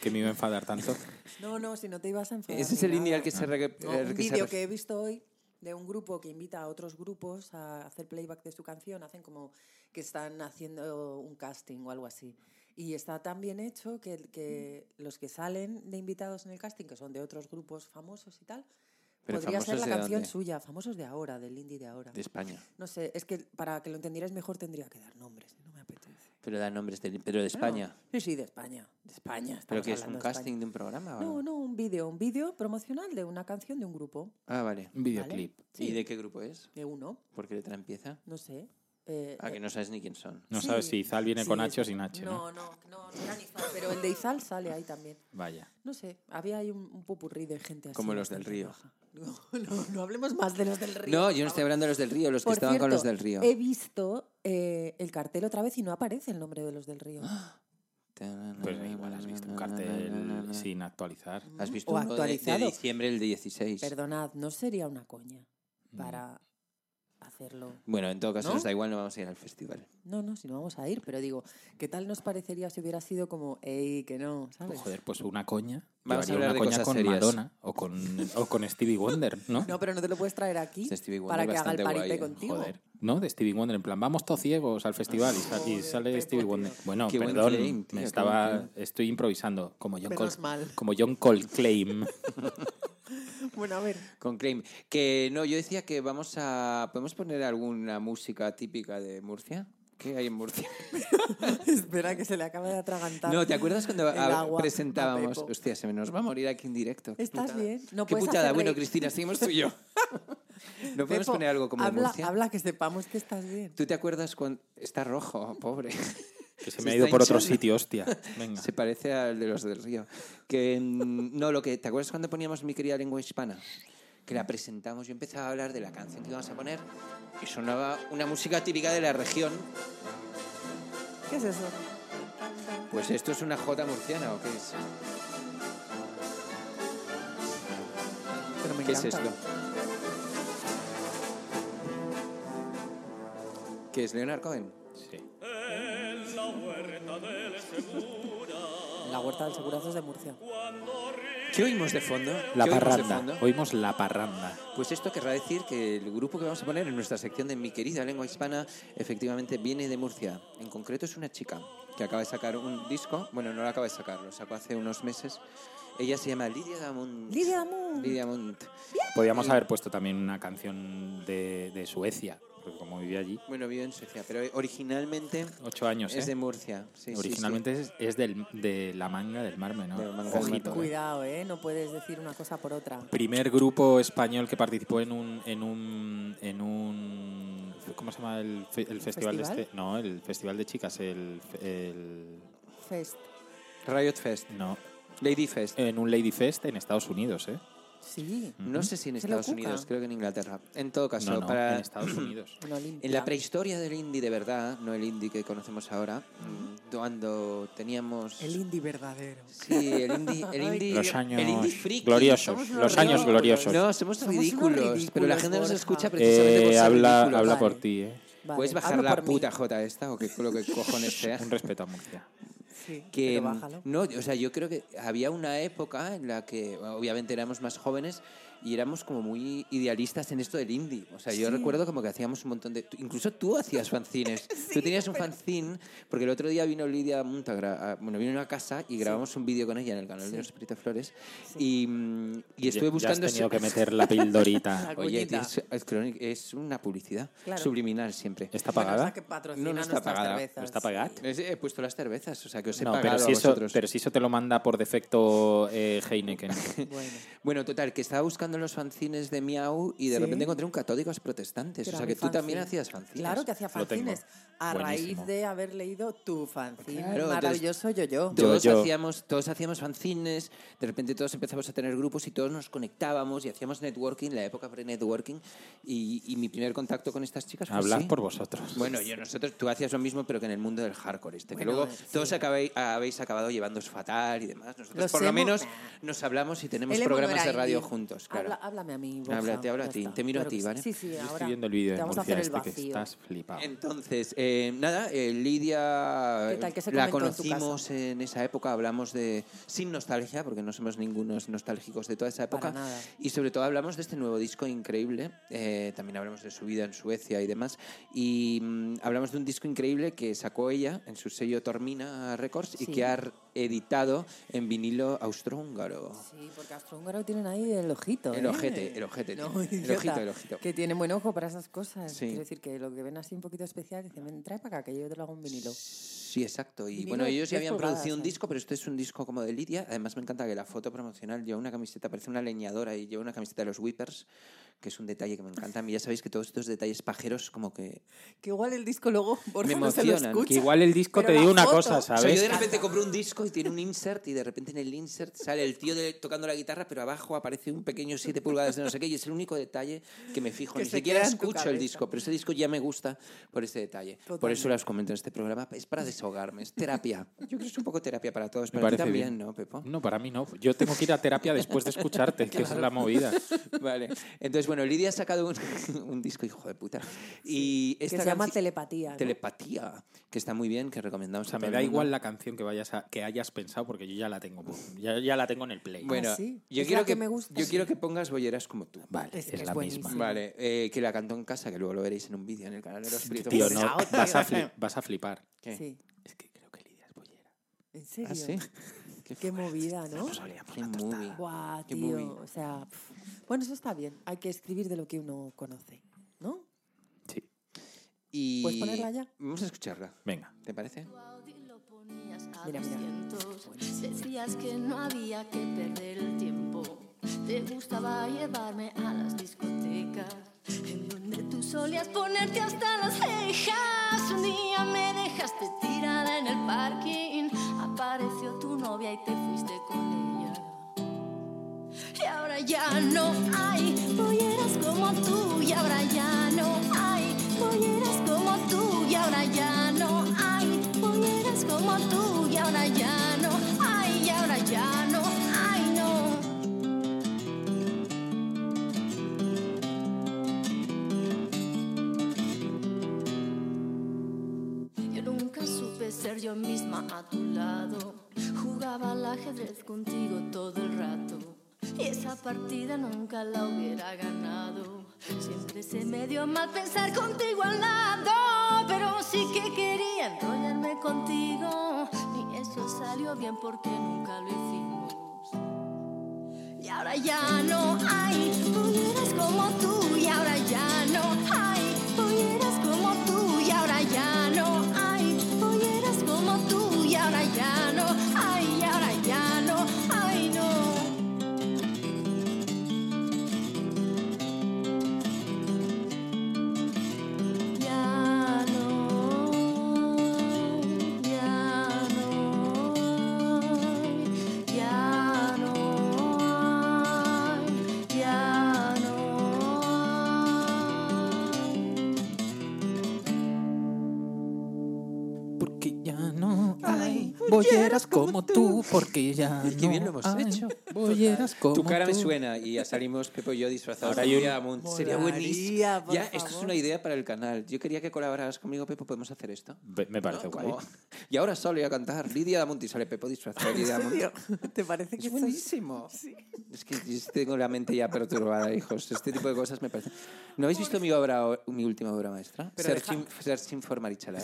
E: Que me iba a enfadar tanto.
D: No, no, si no te ibas a enfadar.
B: Ese es
D: ni
B: el indie
D: nada.
B: al que se... re-
D: No,
B: al
D: Ah, un
B: que se
D: vídeo
B: ref-
D: que he visto hoy de un grupo que invita a otros grupos a hacer playback de su canción, hacen como que están haciendo un casting o algo así. Y está tan bien hecho que, que
B: Mm.
D: los que salen de invitados en el casting, que son de otros grupos famosos y tal,
B: Pero
D: podría ser
B: ¿famosos
D: la
B: de
D: canción
B: dónde?
D: suya, famosos de ahora, del indie de ahora.
B: De España.
D: No sé, es que para que lo entendierais mejor tendría que dar nombres, no me apetece.
B: Pero da nombres de... Pero
D: Bueno,
B: de España.
D: Sí, sí, de España. De España.
B: Pero
D: estamos
B: que es un
D: hablando de España.
B: casting de un programa. ¿o
D: No, no, un vídeo, un vídeo promocional de una canción de un grupo.
B: Ah, vale.
E: Un videoclip.
D: Sí.
B: ¿Y de qué grupo es?
D: De uno,
B: ¿Por qué letra empieza?
D: no sé. eh,
B: Ah, que no sabes ni quién son.
E: No
D: Sí.
E: sabes si Izal viene con
D: Sí,
E: H o
D: es-
E: sin H,
D: No,
E: ¿no?
D: no, no, no era Izal, pero el de Izal sale ahí también.
E: Vaya.
D: No sé, había ahí un, un popurrí de gente así.
B: Como los del
D: bastante
B: río.
D: baja. No, no, no hablemos más de los del río.
B: No,
D: por
B: yo no estoy
D: favor.
B: hablando de los del río, los que
D: Por
B: estaban con
D: cierto,
B: los del río.
D: He visto eh, el cartel otra vez y no aparece el nombre de los del río.
B: Ah,
E: Pues igual has visto un cartel sin actualizar.
B: ¿Has visto
D: O
B: uno de- de,
D: actualizado.
B: diciembre del 16?
D: Perdonad, no sería una coña
B: Mm.
D: para hacerlo.
B: Bueno, en todo caso,
D: ¿No?
B: nos da igual, no vamos a ir al festival.
D: No, no, si no vamos a ir, pero digo, ¿qué tal nos parecería si hubiera sido como, ey, que no, ¿sabes?
E: Pues, joder, pues una coña.
B: Vamos a
E: Llevaría
B: hablar
E: una
B: de
E: coña
B: cosas
E: con
B: serias.
E: Madonna o con, o con Stevie Wonder, ¿no?
D: No, pero no te lo puedes traer aquí
B: Este Stevie Wonder
D: para que haga el
B: bastante
D: paripé
B: guay, ¿eh?
D: contigo.
E: Joder. No, de Stevie Wonder, en plan, vamos todos ciegos al festival y, sa- y
D: Joder,
E: sale
D: Pepo,
E: Stevie Wonder.
D: tío.
E: Bueno,
B: pues Qué buen
E: perdón,
B: claim, tío,
E: me
B: qué
E: estaba,
B: buen
E: estoy improvisando, como John,
D: Menos
E: Col-
D: mal.
E: como John Coldclaim.
D: Bueno, a ver,
B: Con Claim. Que no, yo decía que vamos a. ¿Podemos poner alguna música típica de Murcia? ¿Qué hay en Murcia?
D: espera que se le acaba de atragantar.
B: No, ¿te acuerdas cuando
D: el
B: ah,
D: agua a
B: presentábamos?
D: Pepo.
B: Hostia, se me nos va a morir aquí en directo. Qué
D: ¿Estás
B: putada.
D: bien? No
B: Qué
D: puedes
B: putada.
D: hacer
B: Bueno,
D: reír.
B: Cristina, seguimos tú y yo. ¿No podemos
D: Pepo,
B: poner algo como
D: habla,
B: Murcia?
D: Habla que sepamos que estás bien.
B: ¿Tú te acuerdas cuando.? Está rojo, pobre.
E: que se
B: Se
E: me ha
B: está
E: ido por otro
B: hinchando.
E: sitio, hostia. Venga.
B: Se parece al de los del río. Que, mm, no, lo que, ¿te acuerdas cuando poníamos mi querida lengua hispana? Que la presentamos, yo empezaba a hablar de la canción que íbamos a poner y sonaba una música típica de la región.
D: ¿Qué es eso?
B: Pues esto es una jota murciana, ¿o qué es?
D: Pero me
B: ¿Qué es
D: encanta.
B: esto? ¿Qué es Leonard Cohen?
E: Sí.
D: La huerta del Segurazo es de Murcia.
B: ¿Qué oímos de fondo?
E: La
B: ¿Qué oímos de
E: parranda.
B: fondo?
E: Oímos la parranda.
B: Pues esto querrá decir que el grupo que vamos a poner en nuestra sección de mi querida lengua hispana efectivamente viene de Murcia. En concreto es una chica que acaba de sacar un disco, bueno, no lo acaba de sacar, lo sacó hace unos meses. Ella se llama Lidia Damont.
D: Lidia Damont.
B: Lidia Damont.
E: Podríamos
B: Mm.
E: haber puesto también una canción de, de Suecia, porque como viví allí,
B: Bueno, vive en Suecia, pero originalmente
E: ocho años,
B: es
E: ¿eh?
B: de Murcia. Sí, sí, sí.
E: Originalmente es- es, del- de la manga del Marme, ¿no?
B: De la manga del Marne.
E: Ojito. ¿eh?
D: Cuidado, ¿eh? No puedes decir una cosa por otra.
E: Primer grupo español que participó en un en un en un ¿cómo se llama el, fe- el festival, de
D: ¿Festival?
E: este? No, el festival de chicas, el, el
D: Fest.
B: Riot Fest.
E: no,
B: Lady Fest.
E: en un Lady Fest en Estados Unidos, ¿eh?
D: Sí.
B: No sé si en
D: Se lo
B: Estados
D: cuca.
B: Unidos, creo que en Inglaterra. En todo caso,
E: No, no,
B: para
E: en Estados Unidos.
D: En Olimpia.
B: En la prehistoria del indie de verdad, no el indie que conocemos ahora, cuando teníamos...
D: El indie verdadero.
B: sí, el indie... El indie
E: Los años
B: el indie friki.
E: gloriosos,
D: Somos unos
E: los años
D: ridículos.
E: gloriosos.
B: No, somos,
D: Somos unos
B: ridículos, pero la
D: ridículos,
B: gente nos
D: Borja.
B: escucha precisamente por
E: eh,
B: ser
E: habla
B: ridículos.
E: habla
D: Vale.
E: por ti, ¿eh?
D: Vale,
B: ¿Puedes bajar
D: hablo
B: la
D: por mí.
B: puta jota esta o qué, lo que cojones sea?
E: Un respeto a Murcia.
D: Sí,
B: que
D: pero bájalo.
B: no o sea yo creo que había una época en la que obviamente éramos más jóvenes y éramos como muy idealistas en esto del indie o sea yo recuerdo como que hacíamos un montón de tú- incluso tú hacías fanzines tú tenías un fanzine porque el otro día vino Lidia Montagra bueno vino a una casa y grabamos un vídeo con ella en el canal de los Espíritu Flores y, mm, y estuve
E: Ya-
B: buscando
E: ya has tenido
B: ese-
E: que meter la pildorita.
D: Algo-
B: Oye,
D: Cuñita.
B: tío, es, es croni- es una publicidad
D: Claro.
B: subliminal siempre.
E: ¿Está
D: Bueno, es
E: pagada?
D: la que patrocina
B: No, no está
D: nuestras
B: pagada.
D: cervezas.
E: ¿Está pagada?
B: Es- He puesto las cervezas, o sea que os he
E: No,
B: pagado
E: pero si,
B: a
E: eso,
B: vosotros.
E: pero si eso te lo manda por defecto eh, Heineken.
D: Bueno,
B: Bueno, total, que estaba buscando los fanzines de Miau y de
D: Sí.
B: repente encontré un católicos protestantes.
D: gran
B: o sea, que tú
D: fanzine.
B: también hacías fanzines.
D: Claro que hacía
E: Lo tengo.
D: fanzines. A
E: Buenísimo.
D: raíz de haber leído tu fanzine.
B: Claro, entonces-
D: Maravilloso yo-yo.
E: Yo-
B: Todos, Hacíamos, todos hacíamos fanzines, de repente todos empezamos a tener grupos y todos nos conectábamos y hacíamos networking, la época pre-networking. Y, y mi primer contacto con estas chicas fue
E: Hablad
B: así.
E: por vosotros.
B: Bueno, yo nosotros, tú hacías lo mismo, pero que en el mundo del hardcore este. que
D: Bueno,
B: luego
D: sí.
B: todos acabéis, habéis acabado llevándos fatal y demás. Nosotros
D: Los
B: por lo
D: emo-
B: menos nos hablamos y tenemos
D: El emo no
B: programas
D: era
B: de radio
D: indie.
B: juntos. Claro.
D: Habla- háblame a mí, Borja.
B: Háblate, habla
D: Ya
B: a ti.
D: está.
B: Te miro a
D: Claro
B: ti,
D: que sí.
B: ¿vale?
D: Sí, sí,
E: Yo
D: ahora
E: estoy viendo el vídeo
D: te
E: de
D: vamos a hacer
E: Murcia
D: el
E: este que
D: vacío.
E: estás flipado.
B: Entonces, eh, nada, eh, Lidia
D: ¿Qué tal? ¿Qué se
B: la
D: comentó en tu
B: conocimos en, esa época, hablamos de sin nostalgia, porque no somos ningunos nostálgicos de toda esa
D: Para
B: época,
D: nada.
B: y sobre todo hablamos de este nuevo disco increíble, eh, también hablamos de su vida en Suecia y demás, y mm, hablamos de un disco increíble que sacó ella en su sello Tormina Records y
D: Sí.
B: que ha editado en vinilo austrohúngaro.
D: Sí, porque astrohúngaro tienen ahí el ojito.
B: El
D: ¿eh?
B: ojete, el ojete tiene. El
D: idiota,
B: ojito, el ojito.
D: Que tienen buen ojo para esas cosas.
B: Sí.
D: Quiero decir que lo que ven así un poquito especial, dicen, ven, trae para acá, que yo te lo hago un vinilo.
B: Sí, exacto. Y
D: Vinilo
B: bueno,
D: de
B: ellos ya
D: diez
B: habían producido
D: pulgadas,
B: un
D: ¿eh?
B: disco, pero este es un disco como de Lidia. Además, me encanta que la foto promocional lleva una camiseta, parece una leñadora y lleva una camiseta de los Whippers, que es un detalle que me encanta. A mí ya sabéis que todos estos detalles pajeros, como que.
D: Que igual el disco luego Borja
B: Me
D: no se lo
B: emocionan, que
D: escucha.
E: Que igual el disco
D: Pero
E: te
D: la
E: dio una
D: foto-
E: cosa,
B: O sea, yo de
E: ¿sabes?
B: repente compré un disco y tiene un insert, y de repente en el insert sale el tío de- tocando la guitarra, pero abajo aparece un pequeño 7 pulgadas de no sé qué, y es el único detalle que me fijo.
D: Que
B: Ni
D: se
B: siquiera
D: queda en tu
B: escucho el
D: cabeza.
B: disco, pero ese disco ya me gusta por ese detalle. Por eso
D: Totalmente.
B: las comento en este programa. Es para desahogarme, es terapia. Yo creo que es un poco terapia para todos, para ti
E: parece
B: también,
E: bien.
B: ¿no, Pepo?
E: No, para mí no. Yo tengo que ir a terapia después de escucharte, que es la movida.
B: Vale. Entonces, bueno, Lidia ha sacado un, un disco, hijo de puta. Y
D: Que
B: esta
D: se llama
B: canci-
D: telepatía. ¿no?
B: Telepatía, que está muy bien, que recomendamos.
E: O sea,
B: a
E: me
B: todo
E: da
B: el mundo.
E: igual la canción que vayas a- que hayas pensado porque yo ya la tengo, pues, ya, ya la tengo en el play.
B: Bueno,
D: Ah, sí.
B: yo,
D: Es
B: quiero
D: la
B: que,
D: que me gusta.
B: yo quiero que pongas bolleras como tú.
E: vale,
D: es
E: es,
D: que es
E: la
D: buenísimo.
E: misma.
B: Vale, eh, que la cantó en casa, que luego lo veréis en un vídeo en el canal de los Espíritus
E: Tío,
B: Flores.
E: no, vas a, fli- vas a flipar.
B: ¿Qué?
D: Sí.
E: Es que creo que Lidia es bollera.
D: ¿En serio?
B: ¿Ah, sí? Qué,
D: Qué movida, ¿no?
B: qué movie.
D: Buah,
B: Qué
D: tío.
B: movie.
D: O sea, pf. bueno, eso está bien. Hay que escribir de lo que uno conoce, ¿no?
E: Sí.
B: Y...
D: ¿Puedes ponerla ya?
B: Vamos a escucharla.
E: Venga.
B: ¿Te parece?
I: lo ponías a
D: Mira, mira.
I: 200. Decías que no había que perder el tiempo. Te gustaba llevarme a las discotecas, en donde tú solías ponerte hasta las cejas. Un día me dejaste tirada en el parking. Apareció tu novia y te fuiste con ella. Y ahora ya no hay polleras como tú, y ahora ya no hay polleras como tú, y ahora ya no hay polleras como tú, y ahora ya no hay, y ahora ya no hay, no. Yo nunca supe ser yo misma a tu lado. Jugaba al ajedrez contigo todo el rato. Y esa partida nunca la hubiera ganado. Siempre se me dio mal pensar contigo al lado. Pero sí que quería enrollarme contigo. Ni eso salió bien porque nunca lo hicimos. Y ahora ya no hay polleras como tú, y ahora ya no hay polleras como tú, y ahora ya no hay polleras como tú, y ahora ya no hay, y ahora ya no hay, no. Ya no, ya no, ya no, ya no.
E: Porque ya no hay bolleras como tú, porque ya
B: Qué bien lo hemos
E: hay
B: hecho.
E: Bolleras como
B: Tu cara me
E: tú.
B: suena y ya salimos Pepo y yo disfrazados.
E: Ahora
B: de
E: hay un-
B: Lidia Amund. Sería
D: Molaría,
B: buenísimo. Ya,
D: por
B: esto es
D: favor.
B: una idea para el canal. Yo quería que colaboraras conmigo, Pepo. ¿Podemos hacer esto?
E: Ve- Me parece
B: ¿No?
E: guay.
B: Como- Y ahora solo voy a cantar Lidia Damonti. Sale Pepo disfrazado de Lidia Damonti.
D: ¿Te parece que
B: Es
D: soy-
B: buenísimo. Es que yo tengo la mente ya perturbada, hijos. Este tipo de cosas me parecen. ¿No habéis visto mi obra, o- mi última obra maestra?
D: Pero
B: Searching, Searching for Marichalar.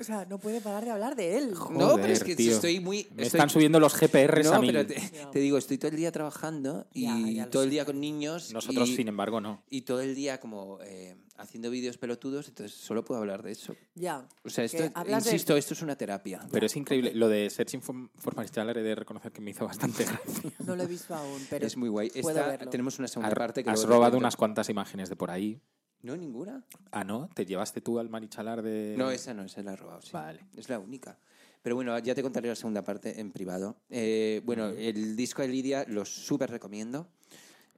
D: O sea, no puede parar de hablar de él.
B: No, pero es
E: Joder,
B: que
E: tío.
B: estoy muy.
E: Me
B: estoy-
E: están subiendo los GPRs
B: No,
E: a mí.
B: pero te, te digo, estoy todo el día trabajando y
D: Ya, ya lo
B: todo el
D: sé.
B: día con niños.
E: Nosotros,
B: y,
E: sin embargo, no.
B: y todo el día como eh, haciendo vídeos pelotudos, entonces solo puedo hablar de eso.
D: Ya.
B: O sea, esto,
D: Que hablas de-
B: insisto, esto es una terapia.
E: Pero es increíble. Lo de Searching for, for Marichalar he de reconocer que me hizo bastante gracia.
D: No lo he visto aún, pero
B: es muy guay.
D: puedo
B: Esta,
D: verlo.
B: tenemos una segunda parte que
E: Has
B: luego te
E: robado
B: cuento.
E: unas cuantas imágenes de por ahí.
B: No, ninguna.
E: Ah, ¿no? ¿Te llevaste tú al Marichalar de...?
B: No, esa no, esa la he robado. sí.
E: Eh, Vale.
B: Es la única. Pero bueno, ya te contaré la segunda parte en privado. Eh, bueno, el disco de Lidia lo súper recomiendo.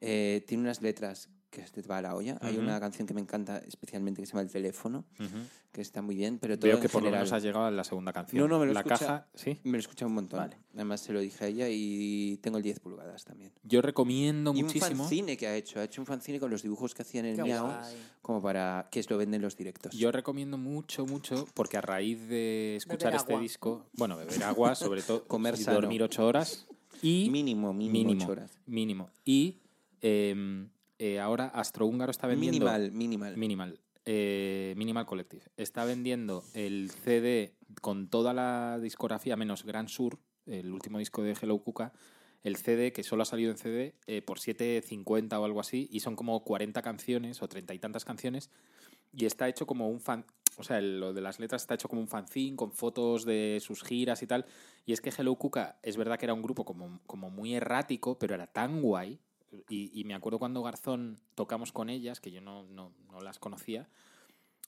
B: Eh, tiene unas letras que se te va a la olla. Hay
E: Ujú.
B: una canción que me encanta especialmente que se llama El teléfono,
E: Ujú.
B: que está muy bien, pero todo
E: Veo
B: en
E: que por lo
B: general.
E: menos has llegado a la segunda canción.
B: No, no, me lo
E: La
B: escucha-
E: caja, sí.
B: Me lo escucha un montón.
E: Vale.
B: Además se lo dije a ella y tengo el 10 pulgadas también.
E: Yo recomiendo
B: Y un
E: muchísimo.
B: fanzine que ha hecho. Ha hecho un fanzine con los dibujos que hacían en
D: Qué
B: el Miau,
D: guay.
B: como para que lo venden los directos.
E: Yo recomiendo mucho, mucho, porque a raíz de escuchar
D: Beber
E: este
D: agua.
E: disco, bueno, beber agua, sobre todo,
B: Comer
E: y
B: sano.
E: dormir ocho horas y
B: mínimo, mínimo,
E: mínimo,
B: ocho horas.
E: mínimo. Y eh, eh, ahora Astrohúngaro está vendiendo
B: Minimal, minimal.
E: Minimal, eh, Minimal Collective está vendiendo el CD con toda la discografía, menos Gran Sur, el último disco de Hello Cuca, el CD, que solo ha salido en CD, eh, por 7.50 o algo así, y son como 40 canciones o treinta y tantas canciones, y está hecho como un fan... O sea, el- lo de las letras está hecho como un fanzine con fotos de sus giras y tal. Y es que Hello Cuca es verdad que era un grupo como, como muy errático, pero era tan guay. Y, y me acuerdo cuando Garzón tocamos con ellas, que yo no, no, no las conocía,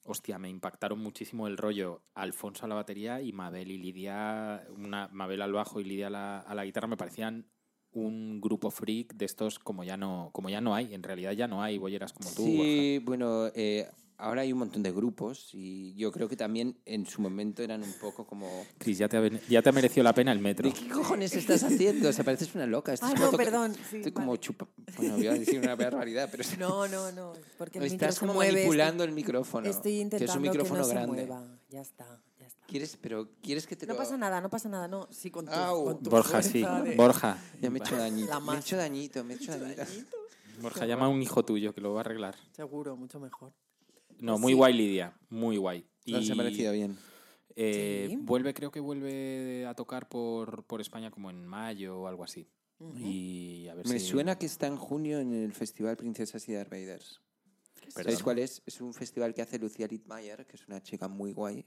E: Hostia, me impactaron muchísimo el rollo Alfonso a la batería y Mabel y Lidia, una, Mabel al bajo y Lidia a la, a la guitarra, me parecían un grupo freak de estos como ya no, como ya no hay, en realidad ya no hay bolleras como tú. Borja.
B: Sí, bueno, eh, ahora hay un montón de grupos y yo creo que también en su momento eran un poco como...
E: Cris, ya te, ha ven- ya te ha merecido la pena el metro.
B: ¿De qué cojones estás haciendo? O sea, pareces una loca. Estás
D: Ah,
B: como
D: no,
B: toca-
D: perdón, sí,
B: este Estoy como
D: vale.
B: chupa... Bueno, voy a decir una barbaridad, pero...
D: No, no, no. Porque el micro
B: estás
D: se
B: como
D: mueve,
B: manipulando
D: estoy-
B: el micrófono.
D: Estoy intentando
B: que es un micrófono
D: que no
B: grande.
D: se mueva. Ya está, ya está.
B: ¿Quieres, pero, ¿Quieres que te
D: No
B: lo-
D: pasa nada, no pasa nada, no. Sí, con tu,
B: Au.
D: con tu
E: Borja, sí.
D: fuerza de-
E: Borja.
B: Ya me he hecho dañito.
D: La
B: me he
D: masa.
B: hecho dañito, me he hecho dañito.
E: Borja, llama a un hijo tuyo que lo va a arreglar.
D: Seguro, mucho mejor.
E: No, muy guay Lidia, muy guay.
B: No se ha
E: Y,
B: parecido bien.
E: eh,
D: Sí.
E: Vuelve, creo que vuelve a tocar por, por España como en mayo o algo así. Y a ver
B: Me
E: si-
B: suena que está en junio en el festival Princesas y Darth Raiders. ¿Sabéis
E: Perdón.
B: cuál es? Es un festival que hace Lucía Littmeyer, que es una chica muy guay,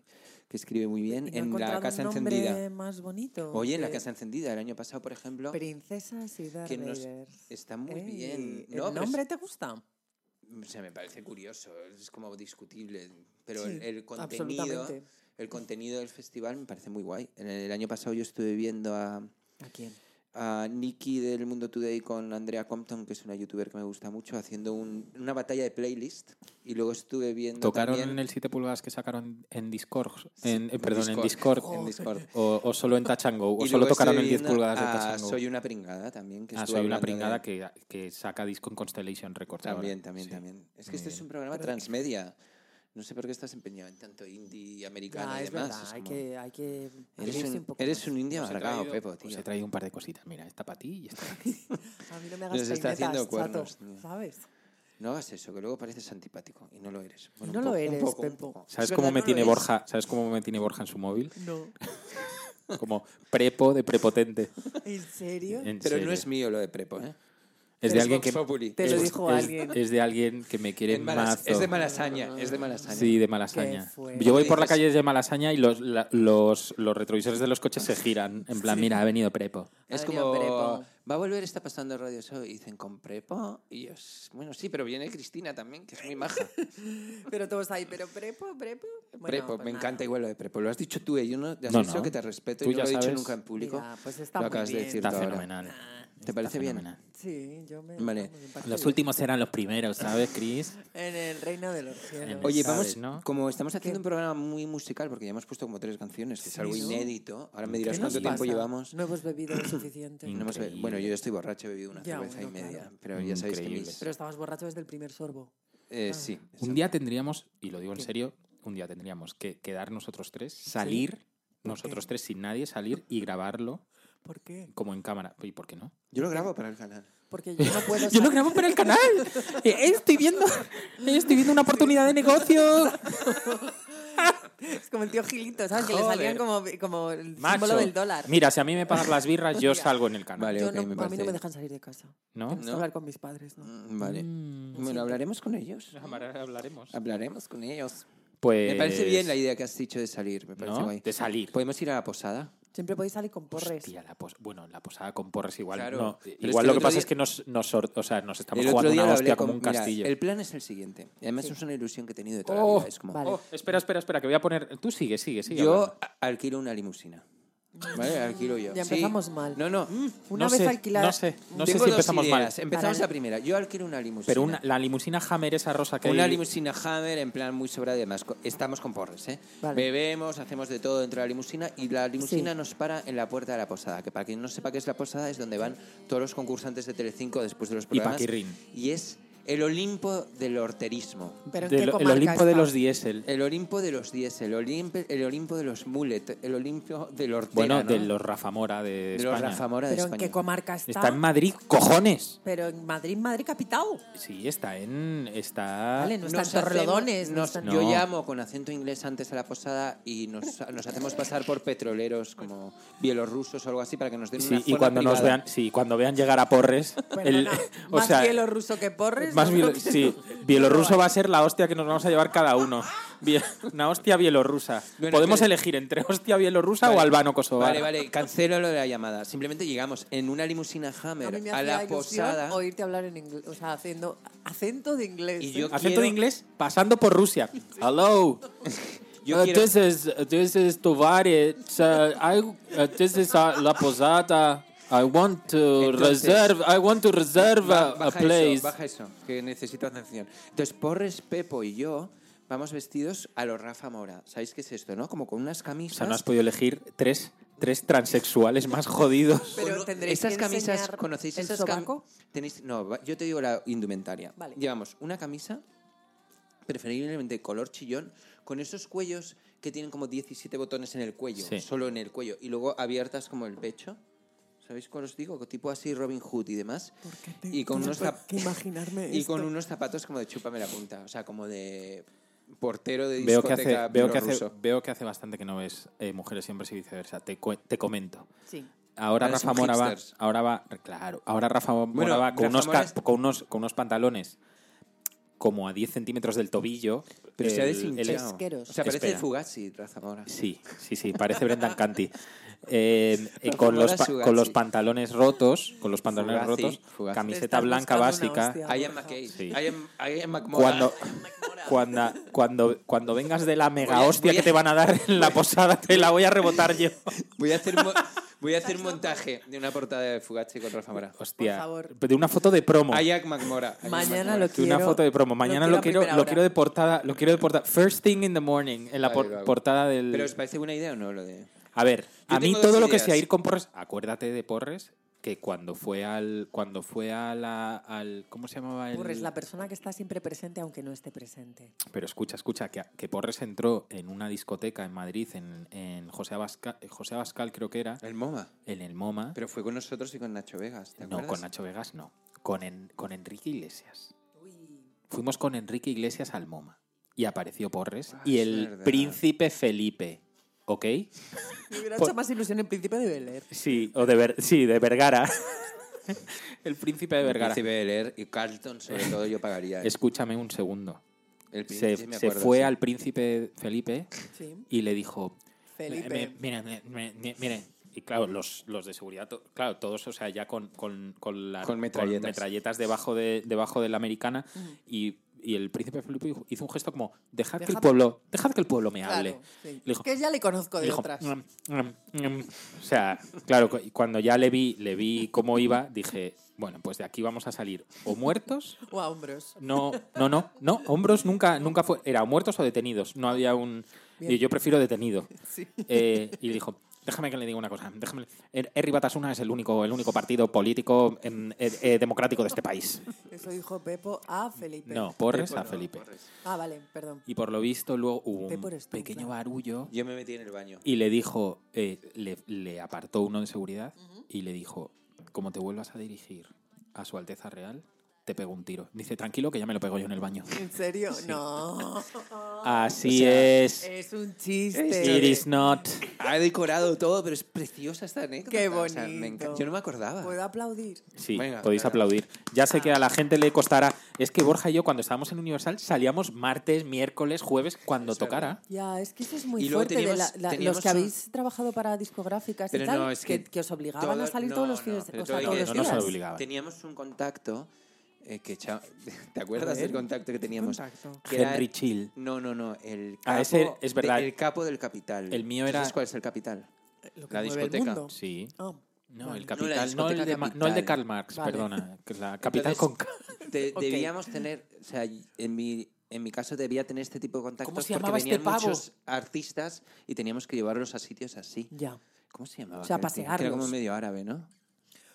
B: que escribe muy bien,
D: Y no he
B: en La
D: encontrado
B: Casa
D: un nombre
B: Encendida.
D: más bonito.
B: Oye, en La
D: que
B: Casa Encendida, el año pasado, por ejemplo,
D: Princesas y Darth
B: que nos-
D: Vaders.
B: está muy
D: Ey,
B: bien.
D: eh, ¿El
B: No, pero
D: nombre te gusta?
B: O sea, me parece curioso, es como discutible, pero
D: Sí,
B: el, el contenido,
D: absolutamente.
B: el contenido del festival me parece muy guay. En El, año pasado yo estuve viendo a,
D: ¿A quién?
B: a Nicky del Mundo Today con Andrea Compton, que es una youtuber que me gusta mucho, haciendo un- una batalla de playlist y luego estuve viendo
E: ¿Tocaron
B: también-
E: en el 7 pulgadas que sacaron en Discord? En, eh, perdón, en Discord.
B: Discord, en Discord.
E: O, o solo en Tachango. O
B: y
E: solo
B: luego
E: tocaron
B: estuve
E: en 10
B: viendo
E: pulgadas de
B: a
E: Tachango.
B: Ah, Soy una pringada también. Que
E: Ah,
B: estuve
E: soy una
B: hablando de-
E: pringada que, que saca disco en Constellation Records. ahora.
B: También, también,
E: Sí.
B: también. Es que
E: Muy
B: este es
E: bien.
B: un programa transmedia. No sé por qué estás empeñado en tanto indie y americano
D: Ah,
B: y
D: es
B: demás.
D: verdad,
B: Es
D: hay
B: como-
D: que, hay que
B: Eres
D: abrirse
B: un,
D: un poco
B: eres
D: más.
B: un indio
E: Os he
B: amargado,
E: traído-
B: Pepo, tío.
E: Os Pues he traído un par de cositas. Mira, esta para ti y esta para ti.
D: A mí no me hagas
B: Nos está haciendo
D: peinetas,
B: cuernos,
D: chato,
B: tío.
D: ¿sabes?
B: No hagas eso, que luego pareces antipático y no lo eres. Bueno,
D: No
B: un
D: lo
B: po- un
D: eres,
B: poco, un
D: Pepo.
B: poco.
E: ¿Sabes
B: Es
E: cómo
B: verdad,
E: me
B: no lo
E: tiene
B: eres.
E: Borja? ¿Sabes cómo me tiene Borja en su móvil?
D: No.
E: Como prepo de prepotente.
D: ¿En serio?
E: En
B: Pero
E: serio.
B: no es mío lo de Prepo, ¿eh?
E: Es de
B: es
E: alguien
B: Vox
E: que
B: Populi.
D: Te lo
E: es-
D: dijo
E: es-
D: alguien.
E: Es de alguien que me quiere
B: Es, malas-
E: mazo.
B: es de malasaña, es de malasaña.
E: Sí, de Malasaña.
D: fuerte.
E: Yo voy por la calle de Malasaña y los, la- los, los retrovisores de los coches se giran. En plan, mira, ha venido Prepo.
B: Es
D: Ha venido
B: como,
D: Prepo.
B: va a volver, está pasando Radio Show y dicen, ¿con Prepo? Y yo, "S- bueno, sí, pero viene Cristina también, que es muy maja.
D: Pero todos ahí, pero prepo, prepo. Bueno,
B: prepo,
D: pues
B: me
D: nada.
B: encanta igual lo de Prepo. Lo has dicho tú, ¿eh? Yo no, has
E: No,
B: dicho
E: no.
B: que te respeto
E: Tú
B: y no
E: ya
B: lo he dicho
E: sabes.
B: nunca en público.
D: Mira, pues está
B: lo
D: muy
B: acabas de
D: bien.
B: decir
E: Está
B: ahora.
E: fenomenal.
B: ¿Te parece bien?
D: Sí, yo me.
B: Vale.
D: vamos, me parece
E: Los
D: bien.
E: últimos serán los primeros, ¿sabes, Chris?
D: En el reino de los cielos.
B: Oye,
E: ¿Sabes,
B: vamos,
E: no?
B: como estamos haciendo un programa muy musical, porque ya hemos puesto como tres canciones, que es algo inédito. Ahora me dirás
D: ¿Qué nos
B: cuánto tiempo
D: pasa?
B: llevamos.
D: No hemos bebido lo suficiente.
B: No hemos-
E: Increíble.
B: bueno, yo ya estoy borracho, he bebido una
D: Ya,
B: cerveza
D: bueno,
B: y media,
D: claro.
B: pero ya sabéis que
E: Increíble.
B: mis...
D: Pero estabas borracho desde el primer sorbo.
B: eh,
D: Ah.
B: sí.
E: Un día tendríamos, y lo digo en serio, un día tendríamos que quedar nosotros tres, salir, nosotros tres sin nadie, salir y grabarlo
D: ¿Por qué?
E: como en cámara. ¿Y por qué no?
B: Yo lo grabo para el canal.
D: Porque yo no puedo.
E: Yo lo
D: sa-
E: grabo para el canal. Eh, Estoy viendo, eh, estoy viendo una oportunidad de negocio.
D: Es como el tío Gilito, ¿sabes? Que le
E: Joder.
D: salían como, como el
E: Macho.
D: símbolo del dólar.
E: Mira, si a mí me pagas las birras, yo salgo en el canal.
B: Vale,
D: Yo
B: ok,
D: no-
B: me
D: a mí
B: parece.
D: no me dejan salir de casa.
E: ¿No?
D: Tengo que hablar con mis padres, ¿no?
B: Mm, Vale. Bueno, hablaremos con ellos.
E: Hablaremos.
B: Hablaremos con ellos.
E: Pues.
B: Me parece bien la idea que has dicho de salir, me parece
E: ¿no?
B: guay. Pues,
E: De salir.
B: Podemos ir a la posada.
D: Siempre podéis salir con porres.
E: Hostia, la pos- bueno, la posada con porres igual.
B: Claro.
E: no.
B: Pero es que
E: igual lo
B: el
E: que
B: otro
E: pasa
B: día-
E: es que nos, nos or- o sea, nos estamos
B: el otro
E: jugando
B: día
E: una
B: lo
E: hostia
B: hablé con...
E: como un
B: mira,
E: castillo.
B: el plan es el siguiente. Y además es una ilusión que he tenido de toda la
E: Oh,
B: vida. Es como,
D: vale.
E: Oh, espera, espera, espera, que voy a poner. Tú sigue, sigue, sigue.
B: Yo
E: hablando.
B: a- alquilo una limusina. ¿Vale? Alquilo yo.
D: Ya
B: Sí.
D: empezamos mal.
B: No, no.
D: Una
E: no
D: vez
E: sé,
D: alquilada.
E: No sé, Mm. no sé
B: Tengo
E: si
B: dos
E: empezamos
B: ideas.
E: mal.
B: Empezamos
D: Para-
B: la primera. Yo alquilo una limusina.
E: Pero una, la limusina Hammer, esa rosa que
B: Una
E: hay-
B: limusina Hammer en plan muy sobrada y demás. Co- Estamos con porres, ¿eh?
D: Vale.
B: Bebemos, hacemos de todo dentro de la limusina y la limusina
D: Sí.
B: nos para en la puerta de la posada, que para quien no sepa qué es la posada es donde van todos los concursantes de Telecinco después de los
E: Y
B: programas.
E: Paquirrín.
B: Y es El Olimpo del horterismo.
D: Pero ¿en
E: Del-
D: qué
E: el
D: comarca
E: Olimpo de
D: está?
E: los diésel.
B: El Olimpo de los diésel, el Olimpo, el Olimpo de los mullet, el Olimpo del hortera,
E: Bueno,
B: ¿no?
E: de los Rafamora de,
B: De los
E: España.
B: Rafamora de
D: ¿Pero en
B: España.
D: qué comarca está?
E: Está en Madrid, cojones.
D: Pero en Madrid, Madrid capital.
E: Sí, está en. Está.
D: Vale, Eh, no está
B: Nos
D: en Torrelodones.
B: hacemos-
D: no
B: nos-
D: está en-
B: Yo
E: No.
B: llamo con acento inglés antes a la posada y nos, nos hacemos pasar por petroleros como bielorrusos o algo así para que nos den
E: Sí,
B: una
E: y
B: zona
E: cuando nos
B: privada.
E: vean, sí, cuando vean llegar a Porres, el-
D: Perdona,
E: o
D: más
E: sea,
D: bielorruso que porres.
E: más
D: no
E: bielo-
D: creo que-
E: sí, bielorruso va a ser la hostia que nos vamos a llevar cada uno. Bie- Una hostia bielorrusa.
B: Bueno,
E: Podemos
B: pero-
E: elegir entre hostia bielorrusa
B: Vale.
E: o albano kosovar.
B: Vale, vale, cancelo lo de la llamada. Simplemente llegamos en una limusina
D: A
B: Hammer
D: mí me
B: a,
D: hacía
B: la
D: ilusión
B: posada.
D: oírte hablar en inglés, o sea, haciendo acento de inglés. ¿eh?
B: Y yo-
E: Acento
B: quiero-
E: de inglés pasando por Rusia. Hello.
B: Yo
E: Uh,
B: quiero-
E: This is this is Tovare. Uh, I uh, this is uh, la posada. I want to
B: Entonces-
E: reserve. I want to reserve
B: Ba-
E: a, a
B: baja
E: place.
B: Eso, baja eso, que necesito atención. Entonces, Porres, Pepo y yo vamos vestidos a lo Rafa Mora. ¿Sabéis qué es esto, no? Como con unas
E: O
B: camisas.
E: sea, no has podido elegir tres, tres transexuales más jodidos.
D: Pero
B: Con-
D: tendréis
B: esas
D: que
B: camisas,
D: enseñar
B: ¿conocéis
D: el
B: esas cam-
D: sobaco?
B: Tenéis, no, va- yo te digo la indumentaria.
D: Vale.
B: Llevamos una camisa, preferiblemente color chillón, con esos cuellos que tienen como 17 botones en el cuello,
E: Sí.
B: solo en el cuello, y luego abiertas como el pecho. ¿Sabéis cuál os digo? Tipo así Robin Hood y demás. y con unos zap-
D: imaginarme
B: Y con unos zapatos como de chúpame la punta, o sea, como de portero de
E: Veo que,
B: discoteca
E: hace, veo, que hace,
B: bielorruso.
E: veo que hace bastante que no ves eh, mujeres y hombres y viceversa. Te, cu- te comento.
D: Sí.
E: Ahora
B: Ahora
E: Rafa
B: son
E: Mora va,
B: hipsters.
E: ahora va, claro, ahora Rafa Mora
B: Bueno,
E: va con,
B: Rafa
E: unos
B: Mora
E: ca-
B: es-
E: con, unos, con unos pantalones como a 10 centímetros del tobillo.
B: Pero se ha
E: El- el-
B: deshinchado. O
D: Pesqueros.
B: sea, parece
E: Espera.
B: Fugazi, Rafa Mora.
E: Sí, sí, sí, parece Brendan Canty. Eh, eh,
B: Rafa
E: con, los
B: Mora
E: pa-
B: Sugazi.
E: con los pantalones rotos, con los pantalones
B: Fugazi,
E: rotos,
B: Fugazi.
E: camiseta
D: Estás
E: blanca
D: buscando una
E: básica.
D: hostia.
B: I am McKay.
E: Sí.
B: I am, I am McMora.
E: Cuando, cuando, cuando, cuando vengas de la mega
B: Voy a-
E: hostia
B: voy a-
E: que te van a dar en la posada, te la voy a rebotar yo.
B: Voy a hacer, mo- voy a hacer un montaje de una portada de Fugachi con Rafa Mora.
E: Hostia,
D: favor.
E: de una foto de promo.
B: Ayak McMora. Ayak
D: Mañana
B: McMora.
D: lo
E: De
D: quiero.
E: una foto de promo. Mañana lo quiero,
D: a primera
E: lo
D: hora.
E: quiero de portada, lo quiero de portada. First thing in the morning, en la
B: Vale,
E: por-
B: lo hago.
E: portada del.
B: ¿Pero os parece buena idea o no lo de...?
E: A ver,
B: Yo
E: a mí
B: tengo dos
E: todo lo que
B: ideas.
E: sea ir con Porres, acuérdate de Porres que cuando fue al cuando fue a la al ¿cómo se llamaba el?
D: Porres, la persona que está siempre presente aunque no esté presente.
E: Pero escucha, escucha que, que Porres entró en una discoteca en Madrid en, en José Abascal, José Abascal creo que era,
B: El MoMA.
E: en el MoMA.
B: Pero fue con nosotros y con Nacho Vegas, ¿te
E: no,
B: acuerdas?
E: con Nacho Vegas no, con En- con Enrique Iglesias. Fuimos con Enrique Iglesias al MoMA y apareció Porres
B: Ah,
E: y
B: es
E: el
B: verdad.
E: príncipe Felipe, ¿ok?
D: Me hubiera
E: Por-
D: hecho más ilusión el príncipe de Bel Air.
E: Sí, o de Ver- sí, de Vergara. el príncipe de
B: El
E: Vergara.
B: príncipe de leer y Carlton, sobre todo, yo pagaría.
E: Escúchame un segundo.
B: El
E: Se,
B: príncipe, sí, me
E: se
B: acuerdo,
E: fue
B: sí.
E: al príncipe Felipe
D: Sí.
E: y le dijo...
D: Felipe.
E: "Me- Mira, me- me- me- mira". Y claro, los, los de seguridad, to- claro, todos, o sea, ya con, con, con, la-
B: Con metralletas.
E: metralletas debajo de, debajo de la americana. Y, y el príncipe Felipe hizo- hizo un gesto como, dejad, que el
D: Dejad-
E: pueblo, dejad que el pueblo me hable.
D: Claro, sí.
E: Le dijo,
D: que ya le conozco de
E: Dijo,
D: otras.
E: "Mm, mm, mm". O sea, claro, cu- cuando ya le vi, le vi cómo iba, dije, bueno, pues de aquí vamos a salir o muertos,
D: O a hombros.
E: no, no, no, no, hombros nunca, nunca fue, era o muertos o detenidos, no había un,
D: Bien.
E: y yo prefiero detenido.
D: Sí.
E: Eh, y dijo, déjame que le diga una cosa, déjame, Er- Herri Batasuna es el único, el único partido político em, eh, eh, democrático de este país.
D: Eso dijo Pepo a Felipe.
E: No, Porres a Felipe.
D: Ah, vale, perdón.
E: Y por lo visto luego hubo
D: Pepo
E: un
D: eres tú,
E: pequeño
D: claro.
E: barullo.
B: Yo me metí en el baño.
E: Y le dijo, eh, le, le apartó uno de seguridad y le dijo, como te vuelvas a dirigir a su Alteza Real, te pego un tiro. Dice, tranquilo que ya me lo pego yo en el baño.
D: ¿En serio? No. Ah.
E: Así es.
D: Es un chiste.
E: It is not.
B: Ha decorado todo, pero es preciosa esta anécdota.
D: Qué
B: o sea, me
D: bonito.
B: encanta. Yo no me acordaba.
D: ¿Puedo aplaudir?
E: Sí,
B: Venga,
E: podéis
B: venga.
E: aplaudir. Ya sé que a la gente le costará. Es que Borja y yo cuando estábamos en Universal salíamos martes, miércoles, jueves, cuando tocara.
D: Ya, es que eso es muy
B: Y luego
D: fuerte. de
B: teníamos-
D: la- la-
B: teníamos
D: los que
B: un-
D: habéis trabajado para discográficas y
B: Pero
D: tal,
B: no, es que
D: os obligaban a
B: todo-
D: salir
B: no,
D: todos los
B: no,
D: fines de
B: pero
D: o sea,
B: todo hay
D: todos
B: que-
D: los
E: No nos
D: días.
E: obligaba. obligaban.
B: Teníamos un contacto eh, que echa- ¿Te acuerdas
D: ver.
B: del contacto que teníamos?
D: Contacto.
B: Que era-
E: Henry Chill.
B: No, no, no. El capo,
E: Ah, ese es verdad.
B: el capo del capital.
E: El mío
B: ¿Tú
E: era-
B: ¿Sabes cuál es el capital?
D: Lo que
B: La
D: mueve el
B: discoteca.
D: mundo.
E: Sí.
D: Ah,
E: No,
D: vale.
E: el
B: No, la
E: capital. No, el, de,
B: discoteca
E: Ma- no el de
B: Capital.
E: Karl Marx,
D: Vale.
E: perdona. que La capital con K.
B: Te-
D: Ok.
B: Debíamos tener, o sea, en mi, en mi caso debía tener este tipo de contactos
E: ¿Cómo se
B: porque
E: llamaba este
B: venían
E: pavo?
B: muchos artistas y teníamos que llevarlos a sitios así.
D: Ya.
B: ¿Cómo se llamaba?
D: O sea,
B: aquel tío? Que Era como
D: pasearlos.
B: medio árabe, ¿no?